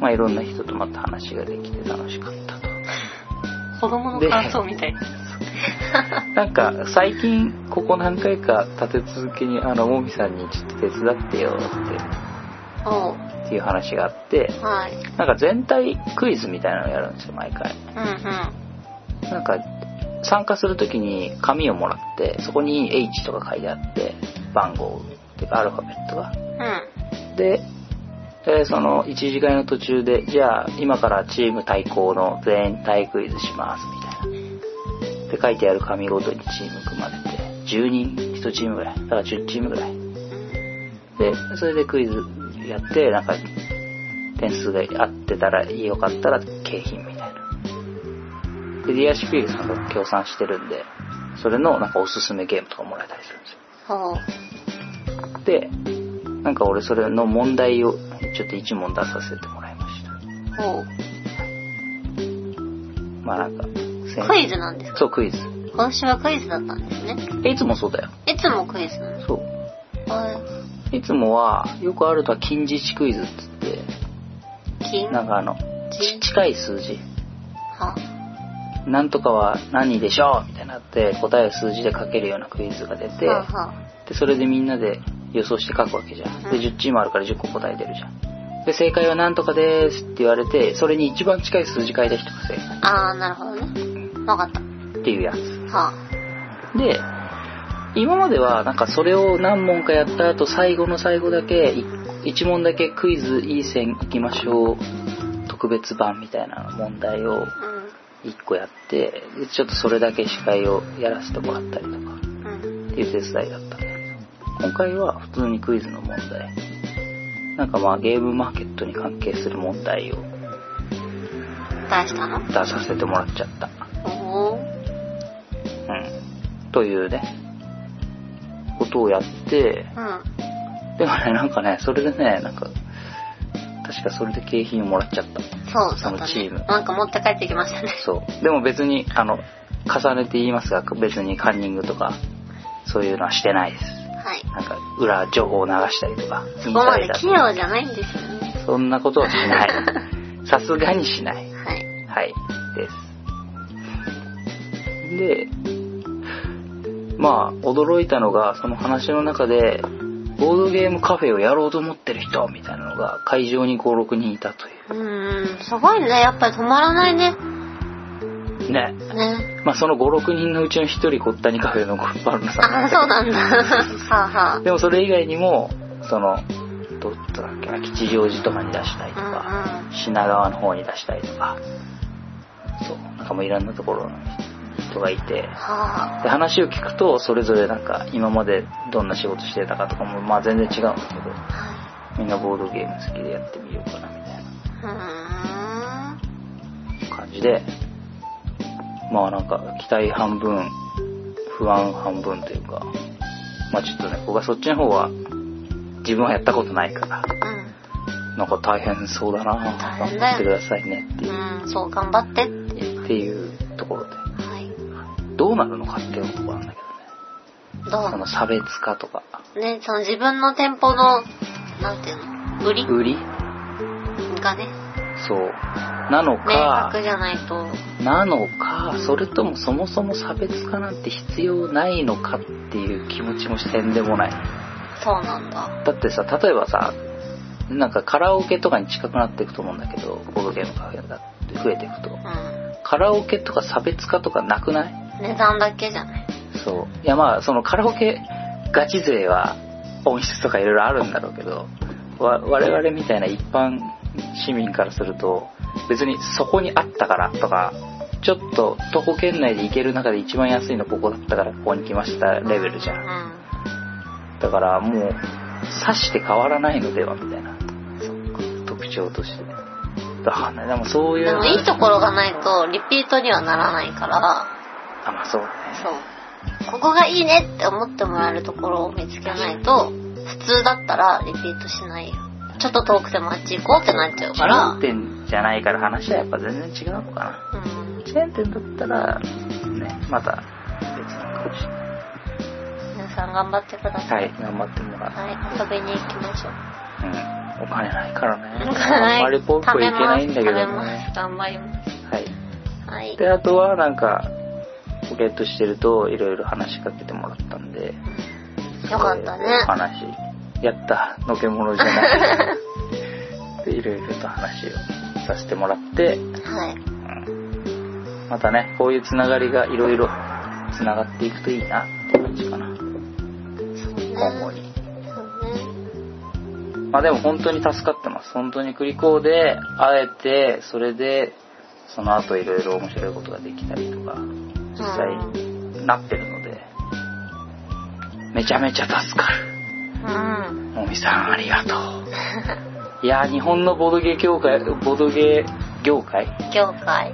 [SPEAKER 1] まあ、いろんな人とまた話ができて楽しかったと
[SPEAKER 2] 子供の
[SPEAKER 1] で
[SPEAKER 2] 感想みたいな。
[SPEAKER 1] なんか最近ここ何回か立て続けにあのもみさんにちょっと手伝ってよっ
[SPEAKER 2] おう。
[SPEAKER 1] てっていう話があって
[SPEAKER 2] はい。
[SPEAKER 1] なんか全体クイズみたいなのやるんですよ毎回
[SPEAKER 2] うんうん。
[SPEAKER 1] なんか参加するときに紙をもらってそこに H とか書いてあって番号っていうかアルファベットが
[SPEAKER 2] うん。
[SPEAKER 1] で、えーその一次会の途中でじゃあ今からチーム対抗の全体クイズしますみたいなで書いてある紙ごとにチーム組まれて10人1チームぐらいだから10チームぐらいでそれでクイズやってなんか点数が合ってたらよかったら景品みたいなでディアシピールさんが協賛してるんでそれのなんかおすすめゲームとかもらえたりするんですよ
[SPEAKER 2] おう。
[SPEAKER 1] でなんか俺それの問題をちょっと1問出させてもらいました
[SPEAKER 2] おう。
[SPEAKER 1] まあなんか
[SPEAKER 2] クイズなんですか
[SPEAKER 1] そうクイズ
[SPEAKER 2] 今週はクイズだったんですね。
[SPEAKER 1] えいつもそうだよ
[SPEAKER 2] いつもクイズなの
[SPEAKER 1] そう
[SPEAKER 2] はい
[SPEAKER 1] つもはよくあるとは近似値クイズっつっ
[SPEAKER 2] い。金
[SPEAKER 1] てなんかあのち近い数字
[SPEAKER 2] は
[SPEAKER 1] なんとかは何でしょうみたいになって答えを数字で書けるようなクイズが出て
[SPEAKER 2] はは
[SPEAKER 1] でそれでみんなで予想して書くわけじゃんで10チームあるから10個答え出るじゃんで正解はなんとかですって言われてそれに一番近い数字書いた人が正解
[SPEAKER 2] ああ、なるほどね。わかった。
[SPEAKER 1] っていうやつ
[SPEAKER 2] は
[SPEAKER 1] で今まではなんかそれを何問かやった後最後の最後だけ1問だけクイズいい線いきましょう特別版みたいな問題を
[SPEAKER 2] あ。うん。
[SPEAKER 1] 1個やってでちょっとそれだけ司会をやらせてもらったりとか
[SPEAKER 2] うん。
[SPEAKER 1] っていう手伝いだったんだけど今回は普通にクイズの問題なんかまあゲームマーケットに関係する問題を
[SPEAKER 2] 出したの
[SPEAKER 1] 出させてもらっちゃった
[SPEAKER 2] おお。
[SPEAKER 1] うんというねことをやって
[SPEAKER 2] うん。
[SPEAKER 1] でもね、なんかね、それでね、なんか、確かそれで景品をもらっちゃった。
[SPEAKER 2] そう、そう
[SPEAKER 1] その
[SPEAKER 2] だ
[SPEAKER 1] チ
[SPEAKER 2] ね
[SPEAKER 1] ーム。
[SPEAKER 2] なんか持って帰ってきましたね。 *laughs*
[SPEAKER 1] そう。でも別に、あの、重ねて言いますが、別にカンニングとか、そういうのはしてないです。
[SPEAKER 2] はい。
[SPEAKER 1] なんか、裏情報を流したりとか、
[SPEAKER 2] そこま
[SPEAKER 1] インサ
[SPEAKER 2] で
[SPEAKER 1] イダー
[SPEAKER 2] 器用じゃないんですよね。
[SPEAKER 1] そんなことはしない。さすがにしない。
[SPEAKER 2] はい。
[SPEAKER 1] はい。です。で、まあ、驚いたのが、その話の中で、ボードゲームカフェをやろうと思ってる人みたいなのが会場に5、6人いたという
[SPEAKER 2] ーん、すごいね。やっぱり止まらないね。
[SPEAKER 1] う。ね。
[SPEAKER 2] ね。
[SPEAKER 1] まあ、その5、6人のうちの1人、こったにカフェのゴッパルナさん
[SPEAKER 2] ああ、そうなんだ。はあは *laughs*
[SPEAKER 1] でもそれ以外にも、その、どっちだっけな、吉祥寺とかに出したりとか、
[SPEAKER 2] あ。
[SPEAKER 1] 品川の方に出したりとか、そう、なんかもういろんなところの人がいて、
[SPEAKER 2] はあ。
[SPEAKER 1] で話を聞くとそれぞれなんか今までどんな仕事してたかとかもまあ全然違うんだけどみんなボードゲーム好きでやってみようかなみたいな
[SPEAKER 2] はいう
[SPEAKER 1] 感じでまあなんか期待半分不安半分というかまあちょっとね僕はそっちの方は自分はやったことないから
[SPEAKER 2] ーん。
[SPEAKER 1] なんか大変そうだな
[SPEAKER 2] 大
[SPEAKER 1] 頑
[SPEAKER 2] 変だ
[SPEAKER 1] 張
[SPEAKER 2] よ
[SPEAKER 1] ってくださいねっていう
[SPEAKER 2] うん。うん。そう、頑張ってっていう。
[SPEAKER 1] っていうところで
[SPEAKER 2] はい。
[SPEAKER 1] どうなるのかっていうところなんだけどね
[SPEAKER 2] ど
[SPEAKER 1] その差別化とか
[SPEAKER 2] うね、その自分の店舗の、なんていうの、売り
[SPEAKER 1] 売り
[SPEAKER 2] がね、
[SPEAKER 1] そうなの
[SPEAKER 2] 明
[SPEAKER 1] か
[SPEAKER 2] 確じゃないと。
[SPEAKER 1] なのかそれともそもそも差別化なんて必要ないのかっていう気持ちもしてんでもない
[SPEAKER 2] そうなんだ。
[SPEAKER 1] だってさ例えばさなんかカラオケとかに近くなっていくと思うんだけどボードゲームカフェが増えていくと
[SPEAKER 2] う
[SPEAKER 1] カラオケとか差別化とかなくない
[SPEAKER 2] ん。値段だけじゃない。
[SPEAKER 1] そういやまあそのカラオケガチ勢は音質とかいろいろあるんだろうけどわ我々みたいな一般市民からすると別にそこにあったからとかちょっと徒歩圏内で行ける中で一番安いのここだったからここに来ましたレベルじゃん
[SPEAKER 2] う。
[SPEAKER 1] だからもう指して変わらないのではみたいな特徴としてだねでもそうんいう
[SPEAKER 2] でもいいところがないと、リピートにはならないから、
[SPEAKER 1] あまあそうね
[SPEAKER 2] そう。ここがいいねって思ってもらえるところを見つけないと、普通だったらリピートしないよ。ちょっと遠くてもあっち行こうってなっちゃう
[SPEAKER 1] チ
[SPEAKER 2] か
[SPEAKER 1] ェーン
[SPEAKER 2] ら、
[SPEAKER 1] 店じゃないから話はやっぱ全然違うのかな
[SPEAKER 2] うん。
[SPEAKER 1] チェーン店だったらねまた別なのかもしれない
[SPEAKER 2] 皆さん頑張ってくださ。
[SPEAKER 1] はいい頑張ってもらう
[SPEAKER 2] はい、遊びに行きましょう。
[SPEAKER 1] うん、お金ないからね。
[SPEAKER 2] は
[SPEAKER 1] あんまりポップいけないんだけど
[SPEAKER 2] 食べます
[SPEAKER 1] ね。
[SPEAKER 2] 頑張りま
[SPEAKER 1] はい。
[SPEAKER 2] す。はい。
[SPEAKER 1] で、あとはなんか、ポケットしてると、いろいろ話しかけてもらったんで。
[SPEAKER 2] よかったね
[SPEAKER 1] えーお話、やった、のけものじゃ
[SPEAKER 2] *laughs*
[SPEAKER 1] ない。で、いろいろと話をさせてもらって、
[SPEAKER 2] はい。
[SPEAKER 1] うんまたね、こういうつながりがいろいろつながっていくといいなって感じかな。
[SPEAKER 2] そう
[SPEAKER 1] 今後
[SPEAKER 2] ね。
[SPEAKER 1] に。
[SPEAKER 2] そうね。
[SPEAKER 1] まあでも本当に助かってます。本当にクリコーで会えて、それで、その後いろいろ面白いことができたりとか、実際なってるので、めちゃめちゃ助かる。
[SPEAKER 2] うん。
[SPEAKER 1] もみさんありがと
[SPEAKER 2] *laughs*
[SPEAKER 1] う。いやー、日本のボードゲー業界、ボードゲー業界
[SPEAKER 2] 業界。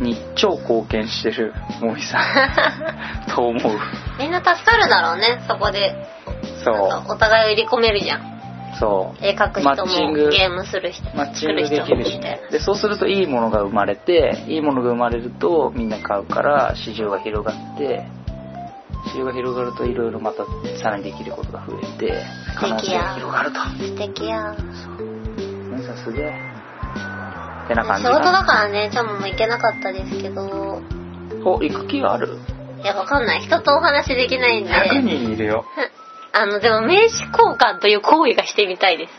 [SPEAKER 1] に超貢献してるもみさん
[SPEAKER 2] *laughs*
[SPEAKER 1] と思う。
[SPEAKER 2] みんな助かるだろうね、そこで。
[SPEAKER 1] そう。
[SPEAKER 2] お互いを入り込めるじゃん。
[SPEAKER 1] そう。
[SPEAKER 2] 絵描く人
[SPEAKER 1] マッチン
[SPEAKER 2] も
[SPEAKER 1] グ
[SPEAKER 2] ゲームする人も
[SPEAKER 1] マッチ
[SPEAKER 2] 作
[SPEAKER 1] ン
[SPEAKER 2] る
[SPEAKER 1] グで
[SPEAKER 2] 人
[SPEAKER 1] き
[SPEAKER 2] も
[SPEAKER 1] るし
[SPEAKER 2] みたいな。
[SPEAKER 1] でそうするといいものが生まれていいものが生まれるとみんな買うから市場が広がって市場が広がるといろいろまたさらにできることが増えて可能性が広がると
[SPEAKER 2] 素敵や。
[SPEAKER 1] 皆さんすげえってな感
[SPEAKER 2] 仕
[SPEAKER 1] じ
[SPEAKER 2] 事
[SPEAKER 1] か
[SPEAKER 2] だ
[SPEAKER 1] な
[SPEAKER 2] からね、ちょっともう行けなかったですけど、
[SPEAKER 1] お行く気がある
[SPEAKER 2] いや、わかんない。人とお話できないんで。
[SPEAKER 1] 100人いるよ
[SPEAKER 2] *laughs* あの、でも名刺交換という行為がしてみたいです。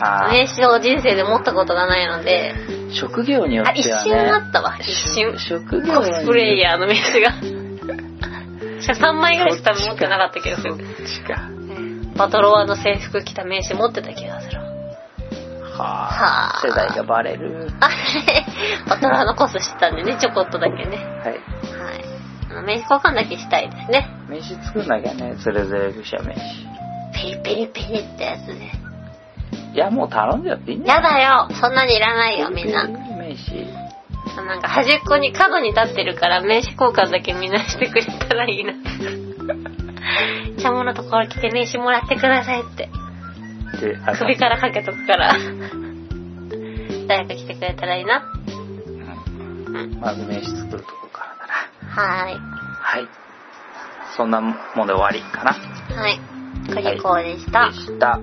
[SPEAKER 1] あ
[SPEAKER 2] 名刺を人生で持ったことがないので、
[SPEAKER 1] ー職業によ
[SPEAKER 2] あ、
[SPEAKER 1] っ
[SPEAKER 2] 一
[SPEAKER 1] ては
[SPEAKER 2] 瞬あ
[SPEAKER 1] ね
[SPEAKER 2] ったわ、一瞬。
[SPEAKER 1] 職業
[SPEAKER 2] コスプレイ
[SPEAKER 1] ヤ
[SPEAKER 2] ヤーの名刺が。 *laughs* しかも3枚ぐらいしか多分持ってなかった気がす
[SPEAKER 1] そっ
[SPEAKER 2] る。
[SPEAKER 1] ちか
[SPEAKER 2] パトロワの制服着た名刺持ってた気がする。
[SPEAKER 1] はあ
[SPEAKER 2] はあ
[SPEAKER 1] 世代がバレる
[SPEAKER 2] あれ、 *laughs* パトロワのコスしてたんでね、ちょこっとだけね。
[SPEAKER 1] はい
[SPEAKER 2] はい。あの名刺交換だけしたいですね。
[SPEAKER 1] 名刺作んなきゃねそれぞれ愚者名刺
[SPEAKER 2] ペリペリペリってやつね。
[SPEAKER 1] いや、もう頼んじゃっていいんじゃ
[SPEAKER 2] やだよそんなにいらないよ、みんな。
[SPEAKER 1] 名刺。
[SPEAKER 2] なんか端っこに角に立ってるから名刺交換だけみんなしてくれたらい *laughs* いな。ちゃものところ来て名刺もらってくださいって。
[SPEAKER 1] で、あ
[SPEAKER 2] 首からかけとくから。誰か来てくれたらいいな。
[SPEAKER 1] うん
[SPEAKER 2] うん。
[SPEAKER 1] まず名刺作るとこからだな。
[SPEAKER 2] は
[SPEAKER 1] はい。そんなもんで終わりかな。
[SPEAKER 2] ーい。はい。クリコーでした。
[SPEAKER 1] でした。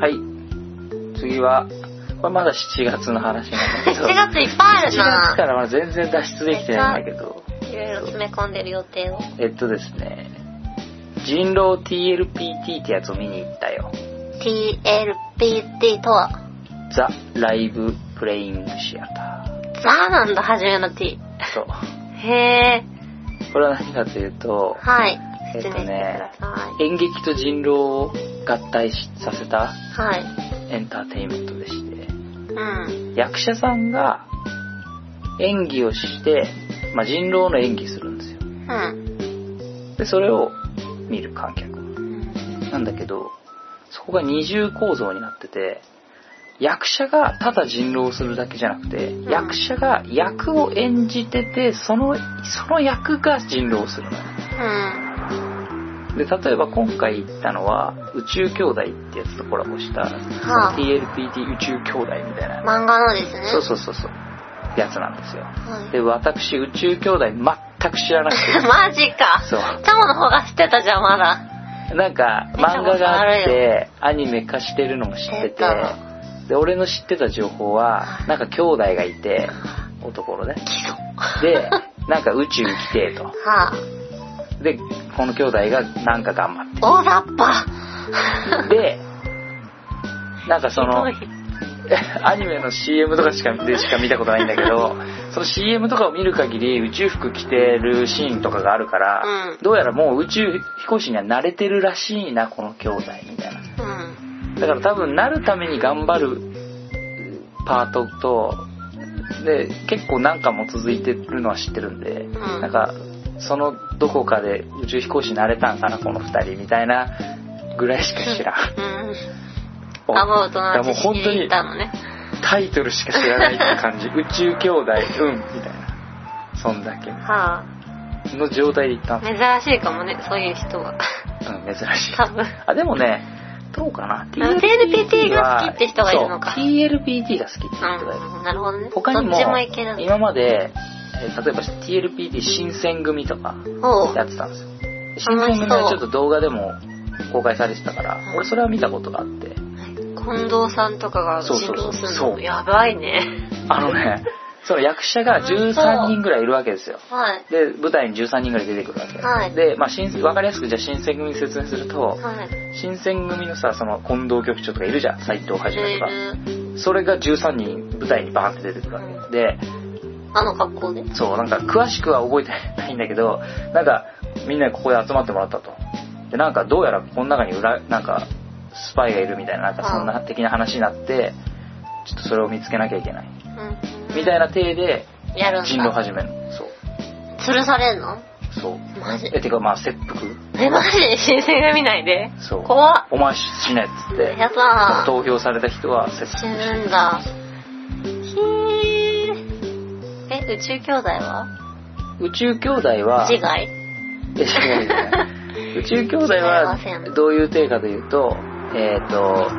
[SPEAKER 1] はい。次は、これまだ7月の話なんだけど。
[SPEAKER 2] *laughs* 7月いっぱいある
[SPEAKER 1] 7月か
[SPEAKER 2] な
[SPEAKER 1] らまだ全然脱出できてないんだけど。
[SPEAKER 2] いろいろ詰め込んでる予定を。
[SPEAKER 1] えっとですね、人狼 TLPT ってやつを見に行ったよ。
[SPEAKER 2] TLPT とは、
[SPEAKER 1] ザ・ライブ・プレイング・シアター。
[SPEAKER 2] ザなんだ、初めの T。
[SPEAKER 1] そう。 *laughs*
[SPEAKER 2] へー。
[SPEAKER 1] これは何かというと、
[SPEAKER 2] はい。
[SPEAKER 1] えっと
[SPEAKER 2] 説明してく
[SPEAKER 1] ね
[SPEAKER 2] ださい。
[SPEAKER 1] 演劇と人狼を合体しさせた
[SPEAKER 2] はい。
[SPEAKER 1] エンターテインメントでして、
[SPEAKER 2] うん。
[SPEAKER 1] 役者さんが演技をして、まあ、人狼の演技するんですよ
[SPEAKER 2] うん。
[SPEAKER 1] でそれを見る観客なんだけどそこが二重構造になってて役者がただ人狼をするだけじゃなくて、
[SPEAKER 2] ん
[SPEAKER 1] 役者が役を演じててそのその役が人狼をするのね
[SPEAKER 2] うん。
[SPEAKER 1] で例えば今回行ったのは宇宙兄弟ってやつとコラボした、
[SPEAKER 2] あ
[SPEAKER 1] TLPT 宇宙兄弟みたいな、
[SPEAKER 2] 漫画のですね。
[SPEAKER 1] そうそうそうそうやつなんですよ
[SPEAKER 2] はい
[SPEAKER 1] で私宇宙兄弟全く知らなく
[SPEAKER 2] *laughs*
[SPEAKER 1] て
[SPEAKER 2] マジか。
[SPEAKER 1] そう
[SPEAKER 2] タモの方が知ってたじゃん、まだ。
[SPEAKER 1] なんか
[SPEAKER 2] 見た
[SPEAKER 1] 漫
[SPEAKER 2] こ
[SPEAKER 1] 画
[SPEAKER 2] と
[SPEAKER 1] があっ
[SPEAKER 2] ある
[SPEAKER 1] てアニメ化してるのも知って
[SPEAKER 2] 知ってた
[SPEAKER 1] で俺の知ってた情報はなんか兄弟がいて男のね
[SPEAKER 2] 基礎。
[SPEAKER 1] でなんか宇宙に来てと
[SPEAKER 2] はあ。
[SPEAKER 1] でこの兄弟がなんか頑張って
[SPEAKER 2] 大雑把。
[SPEAKER 1] でなんかその
[SPEAKER 2] ひどい
[SPEAKER 1] アニメの CM とかしかでしか見たことないんだけ
[SPEAKER 2] *laughs*
[SPEAKER 1] どその CM とかを見る限り宇宙服着てるシーンとかがあるから、
[SPEAKER 2] うん
[SPEAKER 1] どうやらもう宇宙飛行士には慣れてるらしいなこの兄弟みたいな
[SPEAKER 2] うん。
[SPEAKER 1] だから多分なるために頑張るパートとで結構何かも続いてるのは知ってるんで、
[SPEAKER 2] ん
[SPEAKER 1] なんかそのどこかで宇宙飛行士になれたんかなこの2人みたいなぐらいしか知ら
[SPEAKER 2] *laughs*
[SPEAKER 1] ん。
[SPEAKER 2] うん。
[SPEAKER 1] お
[SPEAKER 2] アバウト
[SPEAKER 1] だか
[SPEAKER 2] な
[SPEAKER 1] らもう
[SPEAKER 2] 知識
[SPEAKER 1] 本当
[SPEAKER 2] で
[SPEAKER 1] に
[SPEAKER 2] 言ったのね。
[SPEAKER 1] タイトルしか知らないって感
[SPEAKER 2] *laughs*
[SPEAKER 1] じ宇宙兄弟うんみたいなそんだけ
[SPEAKER 2] は
[SPEAKER 1] の状態で行った
[SPEAKER 2] あ。
[SPEAKER 1] んで
[SPEAKER 2] 珍しいかもね、そういう人は。
[SPEAKER 1] すよ、うん、珍しい
[SPEAKER 2] 多分。
[SPEAKER 1] あでもねどうかな
[SPEAKER 2] あ TLPT が好きって人がいるのか
[SPEAKER 1] そう TLPT が好きって人がいる
[SPEAKER 2] うん。なるほどね。
[SPEAKER 1] 他に
[SPEAKER 2] ど
[SPEAKER 1] も
[SPEAKER 2] っちもいけるんだ。
[SPEAKER 1] 今までえー例えば TLPT 新選組とか
[SPEAKER 2] おう。
[SPEAKER 1] やってたんですよ新選組はちょっと動画でも公開されてたから俺それは見たことがあって
[SPEAKER 2] 近藤さんとかが
[SPEAKER 1] そう
[SPEAKER 2] 人
[SPEAKER 1] そうそう
[SPEAKER 2] 狼する
[SPEAKER 1] そ
[SPEAKER 2] の。
[SPEAKER 1] う
[SPEAKER 2] やばいね。
[SPEAKER 1] あの
[SPEAKER 2] *laughs*
[SPEAKER 1] ねその役者が13人ぐらいいるわけですよ
[SPEAKER 2] はい。
[SPEAKER 1] で舞台に13人ぐらい出てくるわけ、
[SPEAKER 2] はい
[SPEAKER 1] で、まあ、新分かりやすくじゃあ新選組説明すると
[SPEAKER 2] はい。
[SPEAKER 1] 新選組のさその近藤局長とかいるじゃん斎藤はじめとか
[SPEAKER 2] レール
[SPEAKER 1] それが13人舞台にバーンって出てくるわけで
[SPEAKER 2] あの格好で。
[SPEAKER 1] そうなんか詳しくは覚えてないんだけどなんかみんなにここで集まってもらったとでなんかどうやらこの中に裏なんかスパイがいるみたいななんかそんな的な話になってちょっとそれを見つけなきゃいけない
[SPEAKER 2] うん
[SPEAKER 1] みたいな体で
[SPEAKER 2] やるんだ。
[SPEAKER 1] 人狼始めるのそう
[SPEAKER 2] 吊るされんの
[SPEAKER 1] そう
[SPEAKER 2] マジ
[SPEAKER 1] えてかまあ切腹
[SPEAKER 2] え、マジで新鮮が見ないで
[SPEAKER 1] そう
[SPEAKER 2] 怖っ。
[SPEAKER 1] お前死ねっつって
[SPEAKER 2] やだー。
[SPEAKER 1] 投票された人は切
[SPEAKER 2] 死ぬんだ。へー。え、宇宙兄弟は
[SPEAKER 1] 宇宙兄弟は
[SPEAKER 2] 自害
[SPEAKER 1] いや違う
[SPEAKER 2] *laughs*
[SPEAKER 1] 違う宇宙兄弟は
[SPEAKER 2] 違いますよ
[SPEAKER 1] どういう体かというとえっ、と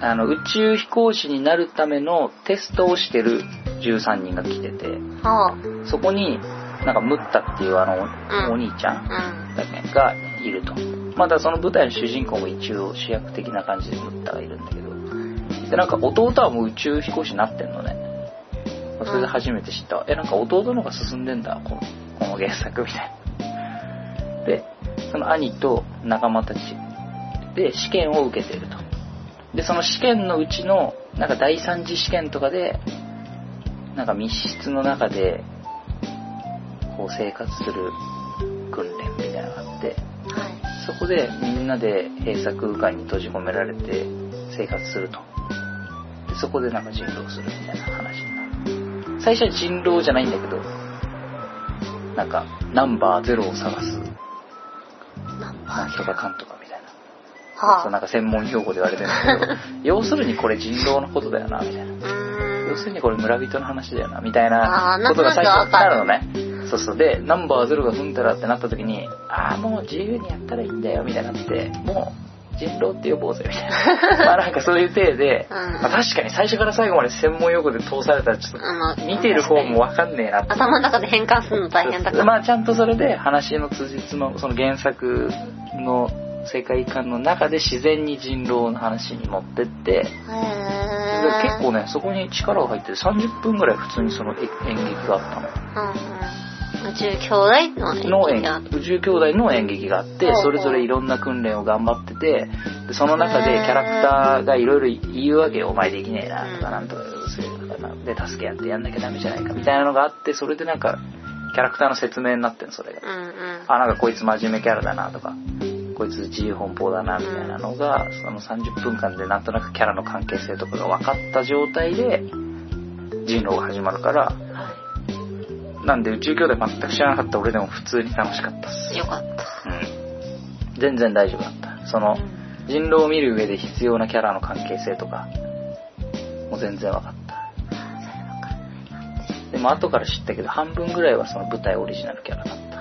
[SPEAKER 1] あの宇宙飛行士になるためのテストをしてる13人が来てて
[SPEAKER 2] はあ。
[SPEAKER 1] そこになんかムッタっていうあの、
[SPEAKER 2] うん
[SPEAKER 1] お兄ちゃん
[SPEAKER 2] うん。
[SPEAKER 1] だけがいるとまたその舞台の主人公も一応主役的な感じでムッタがいるんだけどでなんか弟はもう宇宙飛行士になってんのねそれで初めて知った、えなんか弟の方が進んでんだこのこの原作みたいなでその兄と仲間たちで試験を受けているとでその試験のうちのなんか第三次試験とかでなんか密室の中でこう生活する訓練みたいなのがあって
[SPEAKER 2] はい。
[SPEAKER 1] そこでみんなで閉鎖空間に閉じ込められて生活するとでそこでなんか人狼するみたいな話になる最初は人狼じゃないんだけどなんかナンバーゼロを探す
[SPEAKER 2] なん
[SPEAKER 1] なんと
[SPEAKER 2] は
[SPEAKER 1] かかんとかみたいなそう
[SPEAKER 2] あ。
[SPEAKER 1] なんか専門用語で言われてるんだけど要するにこれ人狼のことだよなみたいな
[SPEAKER 2] う
[SPEAKER 1] 要す
[SPEAKER 2] ー
[SPEAKER 1] る
[SPEAKER 2] ん。
[SPEAKER 1] にこれ村人の話だよなみたい
[SPEAKER 2] あ
[SPEAKER 1] な
[SPEAKER 2] ーなん
[SPEAKER 1] こと
[SPEAKER 2] とな
[SPEAKER 1] が最初
[SPEAKER 2] く
[SPEAKER 1] にあるのねそうそうでナンバーゼロが踏んだらってなった時にああもう自由にやったらいいんだよみたいになってもう人狼って呼ぼうぜみた
[SPEAKER 2] *laughs*
[SPEAKER 1] いなまあなんかそういう体で、
[SPEAKER 2] うん
[SPEAKER 1] まあ確かに最初から最後まで専門用語で通されたらちょっ
[SPEAKER 2] あ
[SPEAKER 1] と
[SPEAKER 2] の
[SPEAKER 1] 見てる方もわかんねえなって
[SPEAKER 2] 頭の中で変換するの大変だから。
[SPEAKER 1] まあちゃんとそれで話の辻褄をその原作の世界観の中で自然に人狼の話に持ってってで
[SPEAKER 2] へー。
[SPEAKER 1] 結構ねそこに力が入ってて30分ぐらい普通にその演演劇があった
[SPEAKER 2] うんうん。宇宙兄弟の演技
[SPEAKER 1] のの演
[SPEAKER 2] が
[SPEAKER 1] 宇宙兄弟の演劇があって
[SPEAKER 2] ほうほう
[SPEAKER 1] それぞれいろんな訓練を頑張っててでその中でキャラクターがいろいろ言うわけよ「お前できねえな」と
[SPEAKER 2] う
[SPEAKER 1] か「
[SPEAKER 2] ん
[SPEAKER 1] なんとかする」とかなんで助け合ってやんなきゃダメじゃないかみたいなのがあってそれでなんかキャラクターの説明になってんのそれが
[SPEAKER 2] うんうん。
[SPEAKER 1] あなんかこいつ真面目キャラだなとかこいつ自由奔放だなみたいなのがその30分間でなんとなくキャラの関係性とかが分かった状態で人狼が始まるから
[SPEAKER 2] は
[SPEAKER 1] なんで宇宙兄弟全く知らなかった俺でも普通に楽しかったっす
[SPEAKER 2] い。よかった。
[SPEAKER 1] うん全然大丈夫だったそうの
[SPEAKER 2] ん
[SPEAKER 1] 人狼を見る上で必要なキャラの関係性とかもう全然分かったでも後から知ったけど半分ぐらいはその舞台オリジナルキャラだった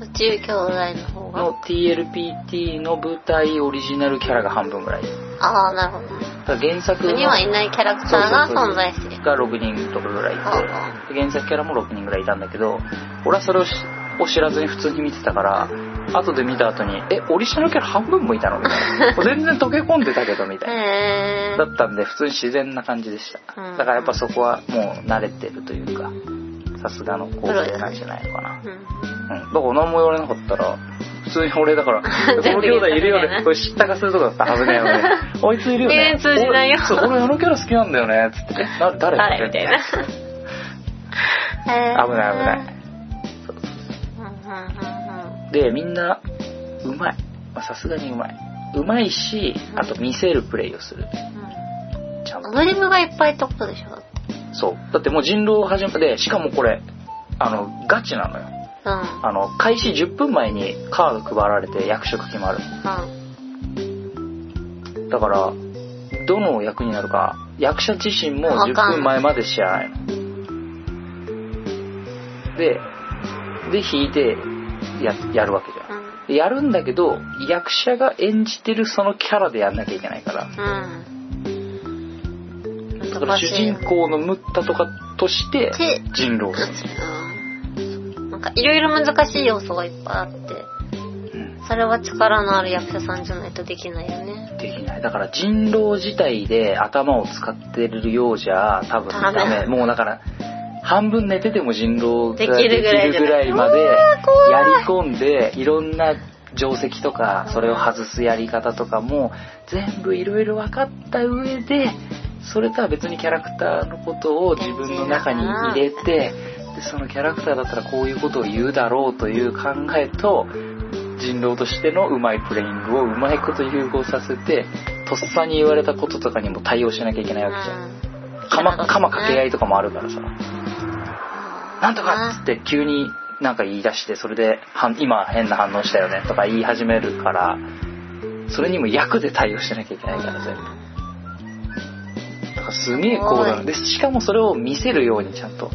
[SPEAKER 2] 宇宙兄弟の方
[SPEAKER 1] の
[SPEAKER 2] が。
[SPEAKER 1] TLPT の舞台オリジナルキャラが半分ぐらい
[SPEAKER 2] ああ、なるほど。
[SPEAKER 1] ただ原作
[SPEAKER 2] ここにはいないキャラクターが存在してる。
[SPEAKER 1] が6人とかぐらいいてで原作キャラも6人ぐらいいたんだけど俺はそれをしを知らずに普通に見てたから後で見た後に「えオリジナルキャラ半分もいたの?」みた
[SPEAKER 2] *laughs*
[SPEAKER 1] いな全然溶け込んでたけどみたいな
[SPEAKER 2] へえ
[SPEAKER 1] だ。ったんで普通に自然な感じでした
[SPEAKER 2] うん
[SPEAKER 1] だからやっぱそこはもう慣れてるというかさすがの構成なんじゃないのかな
[SPEAKER 2] うん
[SPEAKER 1] うんだから何も言われなかったら普通に俺だ
[SPEAKER 2] *laughs*
[SPEAKER 1] から「こ
[SPEAKER 2] 全
[SPEAKER 1] の兄
[SPEAKER 2] 部言っ
[SPEAKER 1] 弟
[SPEAKER 2] た
[SPEAKER 1] いるよ
[SPEAKER 2] みたい
[SPEAKER 1] ね」
[SPEAKER 2] な
[SPEAKER 1] これ知ったかするとこだったはずねよね
[SPEAKER 2] *laughs*
[SPEAKER 1] あいついるよね
[SPEAKER 2] 全然通じないよ
[SPEAKER 1] 俺そう俺あのキャラ好きなんだよね」つって「な誰
[SPEAKER 2] 誰みたいな。へー
[SPEAKER 1] 危ない危ない。
[SPEAKER 2] うんうん
[SPEAKER 1] でみんなうまいまあさすがにうまいうまいしあと見せるプレイをする
[SPEAKER 2] うんうん
[SPEAKER 1] ちゃんと
[SPEAKER 2] アドリブがいっぱいってことでしょ
[SPEAKER 1] そうだってもう人狼を始めてしかもこれあのガチなのよ
[SPEAKER 2] うん。
[SPEAKER 1] あの開始10分前にカード配られて役職決まる
[SPEAKER 2] うん。
[SPEAKER 1] だからどの役になるか役者自身も
[SPEAKER 2] わ
[SPEAKER 1] 10
[SPEAKER 2] かんない
[SPEAKER 1] 分前まで知らないのでで引いてややるわけじゃんでやるんだけど役者が演じてるそのキャラでやんなきゃいけないから
[SPEAKER 2] うん。うん。
[SPEAKER 1] だから主人公のムッタとかとして
[SPEAKER 2] で
[SPEAKER 1] 人狼をする
[SPEAKER 2] うんなんかいろいろ難しい要素がいっぱいあって
[SPEAKER 1] うん
[SPEAKER 2] それは力のある役者さんじゃないとできないよね
[SPEAKER 1] できないだから人狼自体で頭を使ってるようじゃ多分ダ
[SPEAKER 2] ダメ
[SPEAKER 1] メもうだから半分寝てても人狼がで
[SPEAKER 2] でき
[SPEAKER 1] き
[SPEAKER 2] る
[SPEAKER 1] る
[SPEAKER 2] ぐらいじゃない
[SPEAKER 1] ぐらいまで
[SPEAKER 2] うわー
[SPEAKER 1] や
[SPEAKER 2] 怖い
[SPEAKER 1] り込んでいろんな定石とかそれを外すやり方とかも全部いろいろ分かった上でそれとは別にキャラクターのことを自分の中に入れてでそのキャラクターだったらこういうことを言うだろうという考えと人狼としてのうまいプレイングをうまいこと融合させてとっさに言われたこととかにも対応しなきゃいけないわけじゃん。
[SPEAKER 2] うん
[SPEAKER 1] 鎌鎌掛け合いとかもあるからさ。
[SPEAKER 2] な
[SPEAKER 1] なんとかっつって急になんか言い出してそれで反今変な反応したよねとか言い始めるからそれにも役で対応しなきゃいけないから全部だからすげえ高度なでしかもそれを見せるようにちゃんと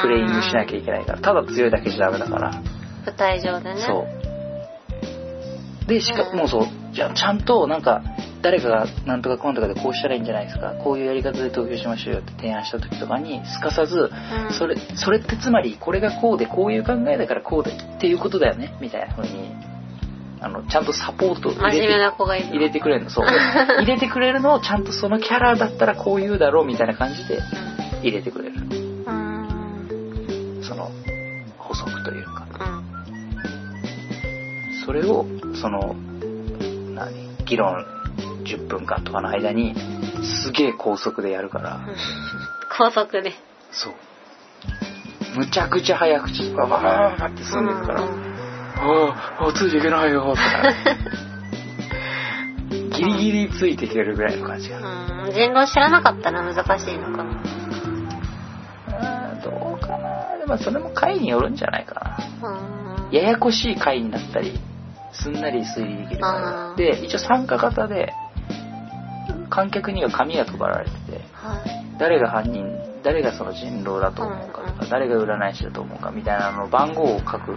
[SPEAKER 1] プレイングしなきゃいけないからただ強いだけじゃダメだから
[SPEAKER 2] 舞台上でね
[SPEAKER 1] そうでしか
[SPEAKER 2] うん
[SPEAKER 1] もうそうじゃあちゃんとなんか誰かがなんとかこんとかでこうしたらいいんじゃないですかこういうやり方で投票しましょうよって提案した時とかにすかさず
[SPEAKER 2] うん
[SPEAKER 1] それそれってつまりこれがこうでこういう考えだからこうでっていうことだよねみたいな風にあのちゃんとサポートを入
[SPEAKER 2] 真
[SPEAKER 1] れ
[SPEAKER 2] 面目な
[SPEAKER 1] て
[SPEAKER 2] 子がいる
[SPEAKER 1] 入れてくれる
[SPEAKER 2] *laughs*
[SPEAKER 1] のそう入れてくれるのをちゃんとそのキャラだったらこう言うだろうみたいな感じで入れてくれる
[SPEAKER 2] うんうん
[SPEAKER 1] その補足というかそれをその何議論10分間とかの間にすげえ高速でやるから
[SPEAKER 2] *laughs* 高速で
[SPEAKER 1] そうむちゃくちゃ早口とかわーわーって進んでいくから、
[SPEAKER 2] うん
[SPEAKER 1] ああ、あついていけない *laughs* よ、ギリギリついていけるぐらいの感じ
[SPEAKER 2] う
[SPEAKER 1] が。
[SPEAKER 2] ん人狼知らなかったら難しいのかな
[SPEAKER 1] あーどうかな。でもそれも回によるんじゃないかな。
[SPEAKER 2] うん
[SPEAKER 1] ややこしい回になったり、すんなり推理できる
[SPEAKER 2] あ
[SPEAKER 1] 回
[SPEAKER 2] ー
[SPEAKER 1] で、一応参加型で、観客には紙が配られてて、
[SPEAKER 2] はい
[SPEAKER 1] 誰が犯人、誰がその人狼だと思うか
[SPEAKER 2] うん
[SPEAKER 1] と
[SPEAKER 2] う
[SPEAKER 1] か、誰が占い師だと思うかみたいなの番号を書く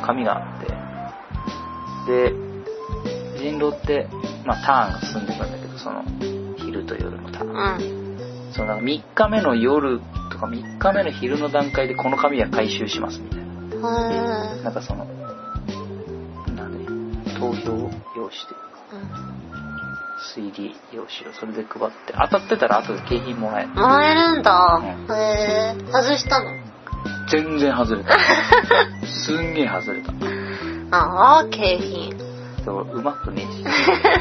[SPEAKER 1] 紙があって、で、人狼って、まあターンが進んでいくんだけど、その、昼と夜のターン。
[SPEAKER 2] うん
[SPEAKER 1] そのなんか3日目の夜とか3日目の昼の段階でこの紙は回収しますみたいな。
[SPEAKER 2] はい
[SPEAKER 1] なんかその、なんで、投票用紙というか、
[SPEAKER 2] うん
[SPEAKER 1] 推理用紙をそれで配って、当たってたら後で景品もらえる。
[SPEAKER 2] もらえるん
[SPEAKER 1] う
[SPEAKER 2] だへえ外したの
[SPEAKER 1] 全然外
[SPEAKER 2] *laughs*
[SPEAKER 1] れた。すんげえ外れた。
[SPEAKER 2] ああ景品 *laughs*
[SPEAKER 1] そう、うまくね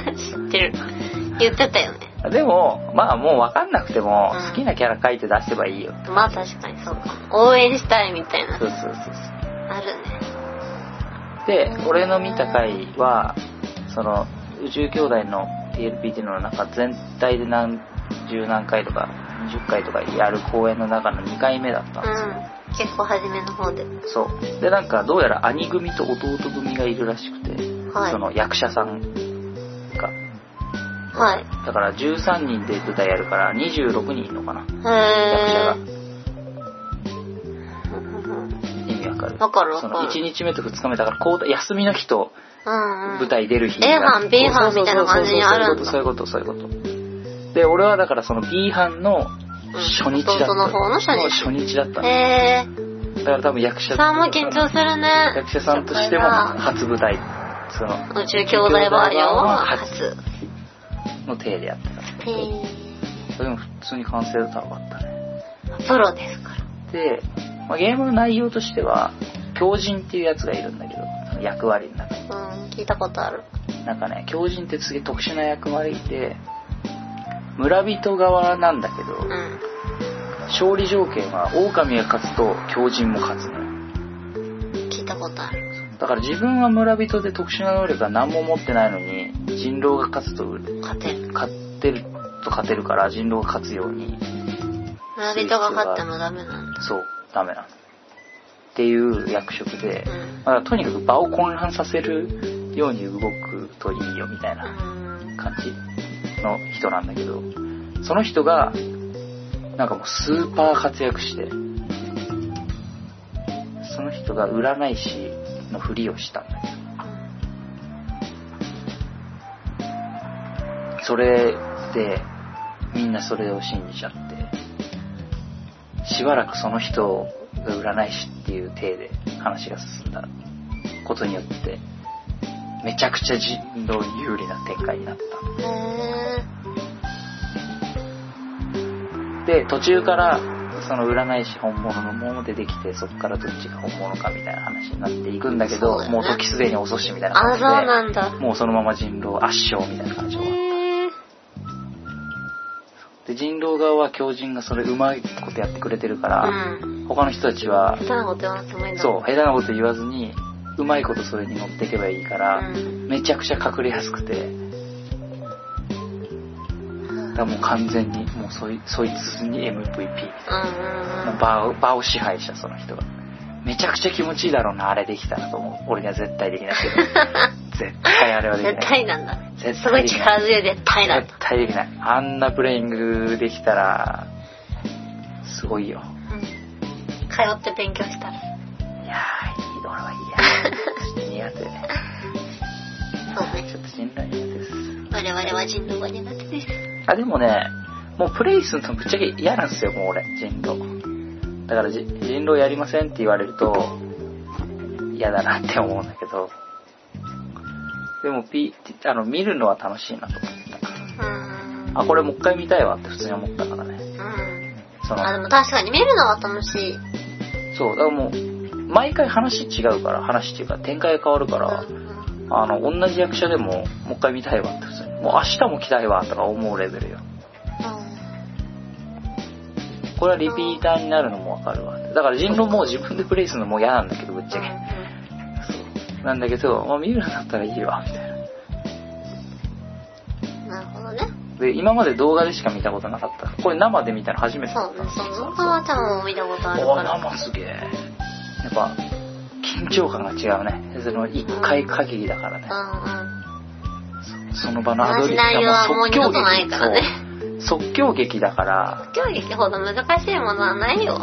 [SPEAKER 1] えし。
[SPEAKER 2] 知ってる言ってたよね
[SPEAKER 1] でも、まあもう分かんなくても
[SPEAKER 2] うん、
[SPEAKER 1] 好きなキャラ書いて出せばいいよ。
[SPEAKER 2] まあ確かにそうかも応援したいみたいな
[SPEAKER 1] そうそうそうそ
[SPEAKER 2] ある
[SPEAKER 1] で、
[SPEAKER 2] ね
[SPEAKER 1] 俺の見た回は、その、宇宙兄弟の TLPT の中全体で何十何回とか、20回とかやる公演の中の2回目だったんですよ。
[SPEAKER 2] うん。結構初めの方で。
[SPEAKER 1] そう。で、なんか、どうやら兄組と弟組がいるらしくて、
[SPEAKER 2] はい
[SPEAKER 1] そ。の役者さんが。
[SPEAKER 2] はい。
[SPEAKER 1] だから、13人で舞台やるから、26人いるのかな、
[SPEAKER 2] へ
[SPEAKER 1] 役者が
[SPEAKER 2] ー。。
[SPEAKER 1] 意味わかる
[SPEAKER 2] わかるわか
[SPEAKER 1] そ
[SPEAKER 2] る
[SPEAKER 1] の、1日目と2日目だから、交代休みの日と
[SPEAKER 2] うんうん。
[SPEAKER 1] 舞。台出る日
[SPEAKER 2] A 班 B 班みたいな感じにあるんだ
[SPEAKER 1] そういうこと、そういうこと、そういうこと。で、俺はだから、その B 班の初日だった。
[SPEAKER 2] 弟の方の初日
[SPEAKER 1] そう初日だったの。
[SPEAKER 2] へ
[SPEAKER 1] だから多分役者
[SPEAKER 2] ー。さんも緊張するね。
[SPEAKER 1] 役者さんとしても初舞台、その、
[SPEAKER 2] 宇宙兄弟バージョンは初。
[SPEAKER 1] の体でやってた。
[SPEAKER 2] へー。
[SPEAKER 1] それでも普通に完成度高かったね。
[SPEAKER 2] プロですから。
[SPEAKER 1] で、まあ、ゲームの内容としては、狂人っていうやつがいるんだけど、その役割の中に。
[SPEAKER 2] うん、聞いたことある。
[SPEAKER 1] なんかね、狂人ってすげえ特殊な役割で、村人側なんだけど、
[SPEAKER 2] うん。
[SPEAKER 1] 勝利条件は狼が勝つと狂人も勝つのよ。
[SPEAKER 2] 聞いたことある。
[SPEAKER 1] だから自分は村人で特殊な能力が何も持ってないのに、人狼が勝つと、
[SPEAKER 2] 勝てる。
[SPEAKER 1] 勝ってると勝てるから人狼が勝つように、
[SPEAKER 2] 村人が勝ってもダメなんだ。
[SPEAKER 1] そう、ダメなの。っていう役職で
[SPEAKER 2] う、ん。
[SPEAKER 1] まあ、とにかく場を混乱させるように動くといいよみたいな
[SPEAKER 2] うん。
[SPEAKER 1] 感じの人なんだけど、その人が、なんかもうスーパー活躍して、その人が占い師のふりをしたんだけど、それで、みんなそれを信じちゃって、しばらくその人が占い師っていう体で話が進んだことによって、めちゃくちゃ人狼に有利な展開になった。
[SPEAKER 2] へー。
[SPEAKER 1] で途中からその占い師本物のものでできてそこからどっちが本物かみたいな話になっていくんだけど
[SPEAKER 2] そうだよね
[SPEAKER 1] もう時すでに遅しみたいな
[SPEAKER 2] あ、そうな
[SPEAKER 1] 感
[SPEAKER 2] んだ
[SPEAKER 1] じ。でもうそのまま人狼圧勝みたいな感じ
[SPEAKER 2] へ
[SPEAKER 1] で終わ
[SPEAKER 2] ー。
[SPEAKER 1] るで人狼側は狂人がそれうまいことやってくれてるから、
[SPEAKER 2] うん。
[SPEAKER 1] 他の人たちは
[SPEAKER 2] 下手なこと言わなくてもいいんだ。
[SPEAKER 1] そう下手なこと言わずにうまいことそれに乗っていけばいいから、
[SPEAKER 2] う
[SPEAKER 1] めちゃくちゃ隠れやすくてだからもう完全にもうそいそいつに MVP みたいな。
[SPEAKER 2] うん
[SPEAKER 1] 場を場を支配したその人がめちゃくちゃ気持ちいいだろうなあれできたらと思う俺には絶対できない
[SPEAKER 2] *laughs*
[SPEAKER 1] けど絶対あれはできない
[SPEAKER 2] 絶対なんだ。
[SPEAKER 1] 絶
[SPEAKER 2] すご
[SPEAKER 1] 対
[SPEAKER 2] い
[SPEAKER 1] できない
[SPEAKER 2] 力強い絶対なんだ
[SPEAKER 1] 絶。対できないあんなプレイングできたらすごいよ
[SPEAKER 2] うん。通って勉強したら。
[SPEAKER 1] いやーいい俺はいいやちょっと苦
[SPEAKER 2] そう
[SPEAKER 1] 手
[SPEAKER 2] ね。
[SPEAKER 1] ちょっと信頼苦手です
[SPEAKER 2] 我々は人狼が苦手です。
[SPEAKER 1] あでもねもうプレイするのぶっちゃけ嫌なんですよもう俺人狼だからじ人狼やりませんって言われると嫌だなって思うんだけどでもピあの見るのは楽しいなと思って
[SPEAKER 2] うん。
[SPEAKER 1] たあこれもう一回見たいわって普通に思ったからね
[SPEAKER 2] うん。
[SPEAKER 1] そ
[SPEAKER 2] あ、で
[SPEAKER 1] の
[SPEAKER 2] も確かに見るのは楽しい。
[SPEAKER 1] そうだからもう毎回話違うから話っていうか展開が変わるから
[SPEAKER 2] うん
[SPEAKER 1] あの同じ役者でももう一回見たいわって普通にもう明日も来たいわとか思うレベルよこれはリピーターになるのもわかるわ。だから人狼も自分でプレイするのも嫌なんだけど、ぶっちゃけ。そう。なんだけど、まあ、見るんだったらいいわ、みたいな。
[SPEAKER 2] うんなるほどね。
[SPEAKER 1] で、今まで動画でしか見たことなかった。これ生で見たの初めてだ
[SPEAKER 2] そ
[SPEAKER 1] っ
[SPEAKER 2] う
[SPEAKER 1] た
[SPEAKER 2] ね
[SPEAKER 1] んです。。
[SPEAKER 2] その他は多分見たことある
[SPEAKER 1] お
[SPEAKER 2] か
[SPEAKER 1] ー
[SPEAKER 2] ら。
[SPEAKER 1] 生すげえ。やっぱ、緊張感が違うね。その、一回限りだからね。
[SPEAKER 2] うん
[SPEAKER 1] その場
[SPEAKER 2] うん。
[SPEAKER 1] のアド
[SPEAKER 2] 同
[SPEAKER 1] リ
[SPEAKER 2] じ
[SPEAKER 1] ブ
[SPEAKER 2] 内容はもう二
[SPEAKER 1] 即
[SPEAKER 2] 度
[SPEAKER 1] 興
[SPEAKER 2] とない
[SPEAKER 1] 劇
[SPEAKER 2] からね。
[SPEAKER 1] そう即興劇だから、
[SPEAKER 2] *laughs* 競技ほど難しいものはないよ。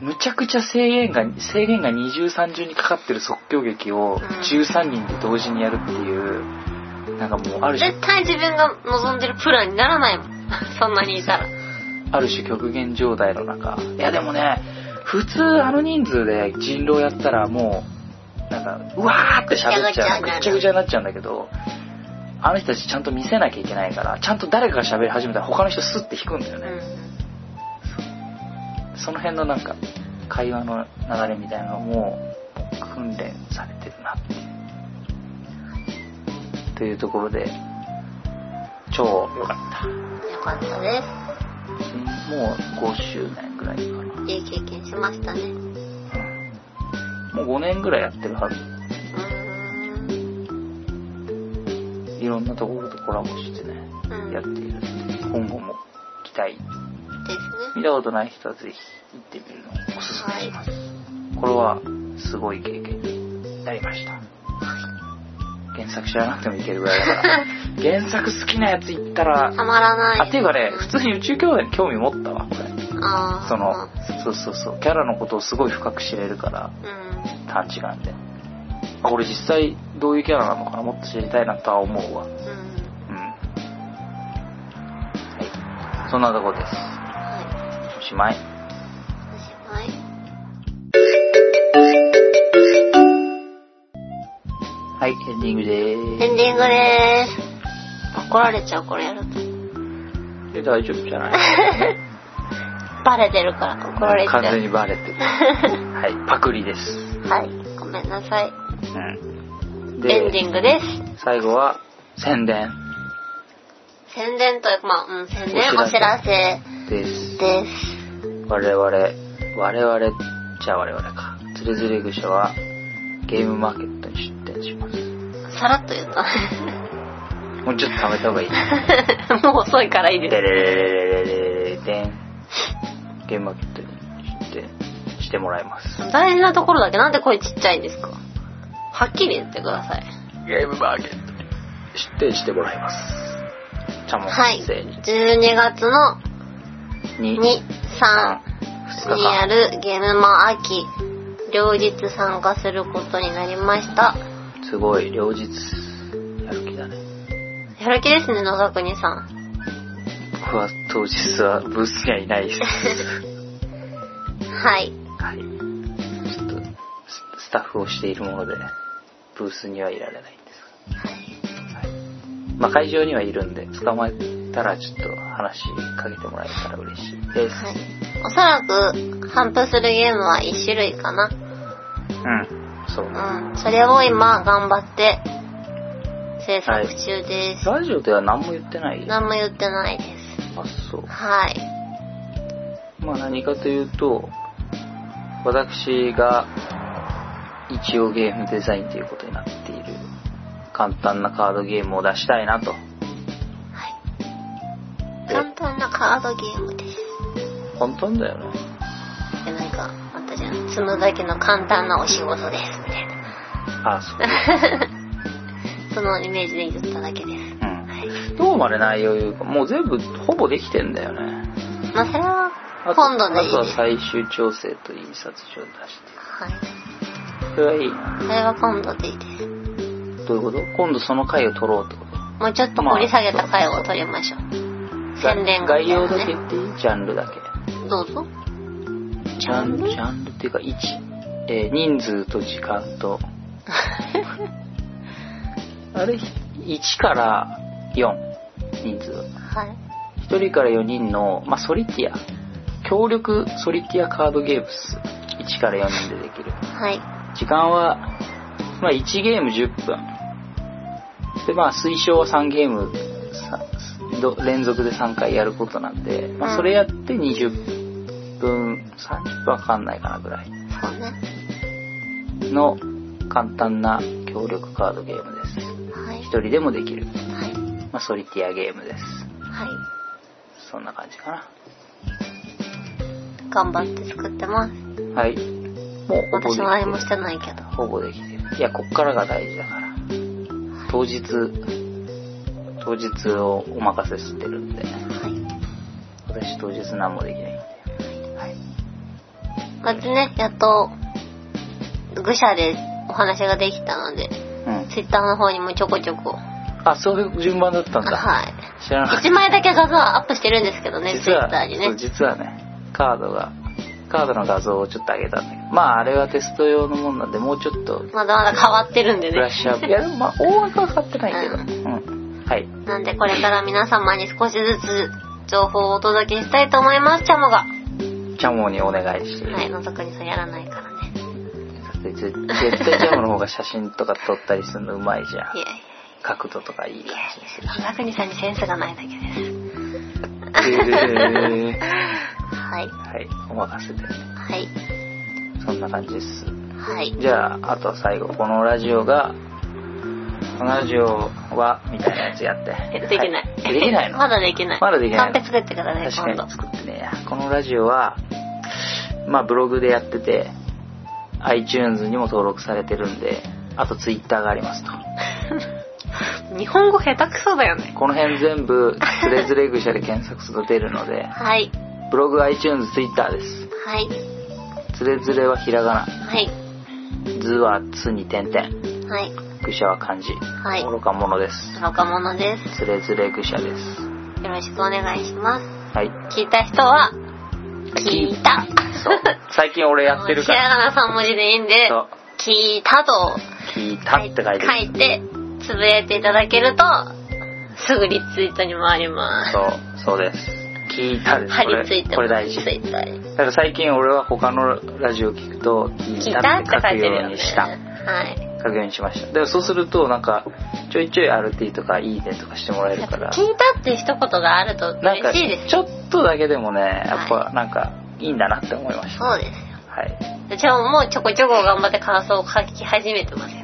[SPEAKER 1] むちゃくちゃ制限が、制限が二重三重にかかってる即興劇を13人で同時にやるっていう、なんかもうある種
[SPEAKER 2] 絶対自分が望んでるプランにならないもん。 *laughs* そんなにいたら。
[SPEAKER 1] ある種極限状態の中いやでもね普通あの人数で人狼やったらもうなんかうわーって喋っちゃう
[SPEAKER 2] ぐ
[SPEAKER 1] ぐっ
[SPEAKER 2] っ
[SPEAKER 1] ち
[SPEAKER 2] ち
[SPEAKER 1] ゃぐ
[SPEAKER 2] ゃぐ
[SPEAKER 1] ちゃになっちゃうんだけどあの人たちちゃんと見せなきゃいけないからちゃんと誰かが喋り始めたら他の人スッて引くんだよ
[SPEAKER 2] う
[SPEAKER 1] ね、
[SPEAKER 2] ん。
[SPEAKER 1] その辺のなんか会話の流れみたいなのも訓練されてるなっていうというところで超良かった
[SPEAKER 2] よかったで
[SPEAKER 1] もう5周年ぐらいかな
[SPEAKER 2] す。いい経験しましたね。う
[SPEAKER 1] もう5年ぐらいやってるはず。
[SPEAKER 2] ーん。
[SPEAKER 1] ろんなところとコラボしてね、
[SPEAKER 2] うん
[SPEAKER 1] やっているんで今後も期待
[SPEAKER 2] ですね。
[SPEAKER 1] 見たことない人はぜひ行ってみるのをおすすめします、これはすごい経験になりました原作知らなくてもいけるぐらいだから原作好きなやつ行ったら
[SPEAKER 2] たまらない。
[SPEAKER 1] あっていうかね普通に宇宙兄弟に興味持ったわこれ
[SPEAKER 2] あー
[SPEAKER 1] そのそうそうそうキャラのことをすごい深く知れるから
[SPEAKER 2] うん。
[SPEAKER 1] 短時間でこれ実際どういうキャラなのかなもっと知りたいなとは思うわうん
[SPEAKER 2] うん。
[SPEAKER 1] はいそんなとこです
[SPEAKER 2] は
[SPEAKER 1] おしまい
[SPEAKER 2] い。おしまい。
[SPEAKER 1] はいエンディングで
[SPEAKER 2] エンディングでーす。怒られちゃう、これやると。
[SPEAKER 1] ーすえ大丈夫じゃない
[SPEAKER 2] バレてるから怒られちゃう。
[SPEAKER 1] 完全にバレてるはいパクリです
[SPEAKER 2] *laughs* はい。ごめんなさ
[SPEAKER 1] う
[SPEAKER 2] い。
[SPEAKER 1] ん
[SPEAKER 2] エンデ
[SPEAKER 1] で
[SPEAKER 2] ィングです。
[SPEAKER 1] 最後は宣伝
[SPEAKER 2] 宣伝というか、まあ、うん、宣伝、
[SPEAKER 1] お
[SPEAKER 2] お
[SPEAKER 1] 知
[SPEAKER 2] 知
[SPEAKER 1] ら
[SPEAKER 2] らせ
[SPEAKER 1] です
[SPEAKER 2] です。
[SPEAKER 1] 我々我々じゃあ我々かつれづれ愚者はゲームマーケットに出店します
[SPEAKER 2] さらっと言うと。 *laughs*
[SPEAKER 1] もうちょっと貯めた方がいい
[SPEAKER 2] もう遅いからいい
[SPEAKER 1] で
[SPEAKER 2] です。
[SPEAKER 1] れれれれれれれでんゲームマーケットに出店してもらいます
[SPEAKER 2] 大事なところだけなんでこれちっちゃいんですかはっきり言ってください。
[SPEAKER 1] ゲームマーケットに出店してもらいますチャモン
[SPEAKER 2] はい。
[SPEAKER 1] 先生
[SPEAKER 2] 12月の
[SPEAKER 1] に
[SPEAKER 2] 2、
[SPEAKER 1] に
[SPEAKER 2] 3
[SPEAKER 1] 2
[SPEAKER 2] に
[SPEAKER 1] 日
[SPEAKER 2] や
[SPEAKER 1] 間
[SPEAKER 2] るゲームマ秋、両日参加することになりました。
[SPEAKER 1] すごい両日やる気だね
[SPEAKER 2] やる気ですね、野田国さん。
[SPEAKER 1] 僕は当日はブースにはいないです
[SPEAKER 2] はい。
[SPEAKER 1] はいちょっとススタッフをしているものでブースにはいられないんです
[SPEAKER 2] はい。
[SPEAKER 1] まあ、会場にはいるんで、捕まえたらちょっと話しかけてもらえたら嬉しいです。
[SPEAKER 2] はい。おそらく、反布するゲームは1種類かな。
[SPEAKER 1] うん。そう。
[SPEAKER 2] うん。それを今、頑張って、制作中です。
[SPEAKER 1] ラジオでは何も言ってないあ、
[SPEAKER 2] 何も言ってないです。
[SPEAKER 1] そう。
[SPEAKER 2] はい。
[SPEAKER 1] まあ、何かというと、私が一応ゲームデザインということになっている簡単なカードゲームを出したいなと。で
[SPEAKER 2] 簡単なカードゲームです。
[SPEAKER 1] 簡単だよね。
[SPEAKER 2] で、なんか、あったじゃん。積むだけの簡単なお仕事です。みたいな。
[SPEAKER 1] あ、そう。
[SPEAKER 2] *laughs* そのイメージで言っただけです。
[SPEAKER 1] うん。
[SPEAKER 2] はい。
[SPEAKER 1] どうまで内容言うか、もう全部ほぼできてんだよね。
[SPEAKER 2] まあ、それは
[SPEAKER 1] あと、
[SPEAKER 2] 今度でい
[SPEAKER 1] あと
[SPEAKER 2] いで
[SPEAKER 1] は
[SPEAKER 2] す。
[SPEAKER 1] 最終調整と印刷書を出して。
[SPEAKER 2] はい。
[SPEAKER 1] それはいいな。
[SPEAKER 2] それは今度でいいです。
[SPEAKER 1] どういうこと今度その回を取ろうってこと
[SPEAKER 2] もうちょっと掘り下げた回を取りましょう。宣伝
[SPEAKER 1] 概要だけ
[SPEAKER 2] ね。
[SPEAKER 1] 言っていいジャンルだけ。
[SPEAKER 2] どうぞ。
[SPEAKER 1] ジ
[SPEAKER 2] ャンル
[SPEAKER 1] ジャンルっていうか、位置。えー人数と時間と。あれ、1から4。人数。
[SPEAKER 2] はい。
[SPEAKER 1] 1人から4人の、まあ、ソリティア。協力ソリティアカードゲームス。1から4人でできる。
[SPEAKER 2] はい。
[SPEAKER 1] 時間は、まあ、1ゲーム10分。で、まあ、推奨は3ゲームさど連続で3回やることなんで、ま
[SPEAKER 2] う
[SPEAKER 1] あ、
[SPEAKER 2] ん
[SPEAKER 1] それやって20分、30分わかんないかなぐらい
[SPEAKER 2] そうね。
[SPEAKER 1] の簡単な協力カードゲームです。
[SPEAKER 2] はい
[SPEAKER 1] 一。人でもできる。
[SPEAKER 2] はい。
[SPEAKER 1] まあ、ソリティアゲームです。
[SPEAKER 2] は
[SPEAKER 1] そんな感じかな。
[SPEAKER 2] い。頑張って作ってます。
[SPEAKER 1] はい。もうほぼでき
[SPEAKER 2] 私
[SPEAKER 1] てる
[SPEAKER 2] も何もしてないけど。
[SPEAKER 1] ほぼできてる。いや、こっからが大事だから。当日、当日をお任せしてるんで、
[SPEAKER 2] はい。
[SPEAKER 1] 私当日何もできないんで。はい。
[SPEAKER 2] まずね、やっと、愚者でお話ができたので、
[SPEAKER 1] うん。
[SPEAKER 2] ツイッターの方にもちょこちょこ。
[SPEAKER 1] あ、そういう順番だったんだ。
[SPEAKER 2] はい。
[SPEAKER 1] 知らなかっ
[SPEAKER 2] 1枚だけ画像はアップしてるんですけど
[SPEAKER 1] た。
[SPEAKER 2] ね、ツ
[SPEAKER 1] 実
[SPEAKER 2] イ
[SPEAKER 1] は
[SPEAKER 2] ッターに、
[SPEAKER 1] そう
[SPEAKER 2] ね。
[SPEAKER 1] 実はね、カードが、カードの画像をちょっと上げたんだけど、まああれはテスト用のもんなんで、もうちょっと
[SPEAKER 2] まだまだ変わってるんで
[SPEAKER 1] ブラッ
[SPEAKER 2] ね。
[SPEAKER 1] シュアップ。いや、でもまあ大枠は変わってないけど。
[SPEAKER 2] う
[SPEAKER 1] うん。はい。
[SPEAKER 2] なんでこれから皆様に少しずつ情報をお届けしたいと思います、チャモが。
[SPEAKER 1] チャモにお願いして。
[SPEAKER 2] はい、のぞくにそれやらないからね。
[SPEAKER 1] 絶絶対チャモの方が写真とか撮ったりするのうまいじゃん
[SPEAKER 2] い。やいや
[SPEAKER 1] 角度とかいい
[SPEAKER 2] い
[SPEAKER 1] 感
[SPEAKER 2] や
[SPEAKER 1] じにす
[SPEAKER 2] い
[SPEAKER 1] る
[SPEAKER 2] や、野田国さんにセンスがないだけです。
[SPEAKER 1] へー
[SPEAKER 2] は
[SPEAKER 1] は
[SPEAKER 2] い、
[SPEAKER 1] い、お任せで。
[SPEAKER 2] はい、
[SPEAKER 1] そんな感じです。
[SPEAKER 2] はい。
[SPEAKER 1] じゃあ、あと最後、このラジオが、このラジオは、みたいなやつやって。
[SPEAKER 2] えできない。
[SPEAKER 1] はいできないの
[SPEAKER 2] まだできない。
[SPEAKER 1] まだできない
[SPEAKER 2] カンペ作ってください、
[SPEAKER 1] 確
[SPEAKER 2] 今
[SPEAKER 1] か
[SPEAKER 2] 度
[SPEAKER 1] に。作ってねえやこのラジオは、まあブログでやってて、iTunes にも登録されてるんで、あと Twitter がありますと。
[SPEAKER 2] 日本語下手くそだよね。
[SPEAKER 1] この辺全部、ズレズレ草で検索すると出るので、
[SPEAKER 2] はい。
[SPEAKER 1] ブログ、iTunes、Twitter です。
[SPEAKER 2] はい。
[SPEAKER 1] ズレズレはひらがな。
[SPEAKER 2] はい。
[SPEAKER 1] ズはつに点々。
[SPEAKER 2] はい。
[SPEAKER 1] 愚者は漢字。
[SPEAKER 2] はい
[SPEAKER 1] 愚か者です。
[SPEAKER 2] 若者です。
[SPEAKER 1] ズレズレ愚者です。
[SPEAKER 2] よろしくお願いします。
[SPEAKER 1] はい。
[SPEAKER 2] 聞いた人は、聞いた。
[SPEAKER 1] そう。最近俺やって
[SPEAKER 2] *laughs*
[SPEAKER 1] るか
[SPEAKER 2] ひ
[SPEAKER 1] ら。
[SPEAKER 2] らがな3文字でいいんで、
[SPEAKER 1] そう。
[SPEAKER 2] 聞いたと
[SPEAKER 1] 聞いたって書いてる。
[SPEAKER 2] 書いて、つぶやいていただけると、すぐリツイートに回ります。
[SPEAKER 1] そう、そうです。聞いたです。
[SPEAKER 2] 貼
[SPEAKER 1] こ
[SPEAKER 2] り
[SPEAKER 1] れ
[SPEAKER 2] 付いて
[SPEAKER 1] これ大事。
[SPEAKER 2] ついたり。
[SPEAKER 1] だから最近俺は他のラジオ聞くと、
[SPEAKER 2] 聞
[SPEAKER 1] 聞
[SPEAKER 2] い
[SPEAKER 1] い
[SPEAKER 2] た
[SPEAKER 1] たっ
[SPEAKER 2] っ
[SPEAKER 1] てて
[SPEAKER 2] 書
[SPEAKER 1] 書
[SPEAKER 2] い
[SPEAKER 1] く
[SPEAKER 2] てる
[SPEAKER 1] よ
[SPEAKER 2] よ
[SPEAKER 1] う
[SPEAKER 2] ね。
[SPEAKER 1] にした。
[SPEAKER 2] はい。
[SPEAKER 1] 書くようにしました。でもそうすると、なんか、ちょいちょい RT とかいいねとかしてもらえる
[SPEAKER 2] やっ
[SPEAKER 1] か
[SPEAKER 2] ぱ
[SPEAKER 1] ら、
[SPEAKER 2] 聞いたって一言があると
[SPEAKER 1] なん
[SPEAKER 2] 嬉
[SPEAKER 1] か、
[SPEAKER 2] しいです
[SPEAKER 1] ちょっとだけでもね、やっぱなんか、いいんだなって思いました。
[SPEAKER 2] そうです
[SPEAKER 1] はい。
[SPEAKER 2] よ。じゃあもうちょこちょこ頑張って感想を書き始めてますよ。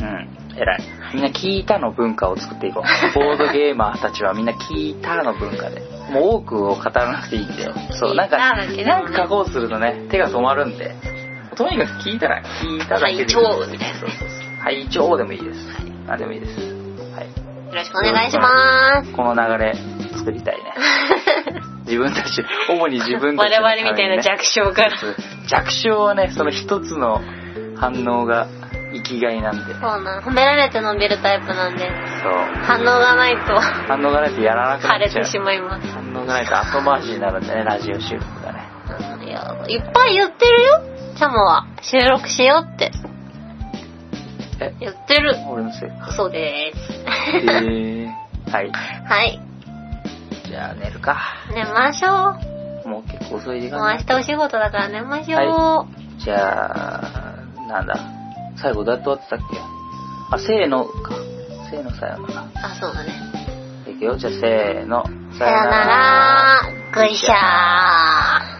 [SPEAKER 1] うん、偉い。みんな聞いたの文化を作っていこ
[SPEAKER 2] *laughs*
[SPEAKER 1] う。ボードゲーマーたちはみんな聞いたの文化で。もう多くを語らなくていいんで。そう、なんか、
[SPEAKER 2] 聞いただけでもね
[SPEAKER 1] なんか書こうするとね、手が止まるんで。とにかく聞いたら、聞いただけでいい。
[SPEAKER 2] はい一応みたいなね
[SPEAKER 1] そうそうそうはい、一応でもいいです。何でもいいです。はい。
[SPEAKER 2] よろしくお願いします。
[SPEAKER 1] この流れ、作りたいね。自分たち、主に自分たちのた
[SPEAKER 2] *laughs* 我々
[SPEAKER 1] めにね、
[SPEAKER 2] みたいな弱小から。そう
[SPEAKER 1] *laughs* 弱小はね、その一つの反応が生きがいなんで。そう。
[SPEAKER 2] なん。褒められて伸びるタイプなんで、反応がないと *laughs*
[SPEAKER 1] 反応がないとやらなくなっち
[SPEAKER 2] 枯
[SPEAKER 1] ゃ
[SPEAKER 2] れ
[SPEAKER 1] う。
[SPEAKER 2] てしまいます。
[SPEAKER 1] 反応がないと後回しになるんだね、ラジオ収録がね。
[SPEAKER 2] いや、いっぱい言ってるよ。チャモは収録しようって
[SPEAKER 1] え、
[SPEAKER 2] 言ってる。
[SPEAKER 1] 俺のせいか。
[SPEAKER 2] そうです。
[SPEAKER 1] えー、 *laughs* はい。
[SPEAKER 2] *laughs* はい。
[SPEAKER 1] じゃあ寝るか。
[SPEAKER 2] 寝ましょう。
[SPEAKER 1] もう結構遅い時
[SPEAKER 2] もう明
[SPEAKER 1] 間だ。
[SPEAKER 2] 日お仕事だから寝ましょう。
[SPEAKER 1] はじゃあ、なんだ。最後どうやって終わってたっけあ、せーのか。せーのさよなら。
[SPEAKER 2] あ、そうだね。
[SPEAKER 1] いくよ。じゃあせーの。
[SPEAKER 2] さよなら、グイシャー。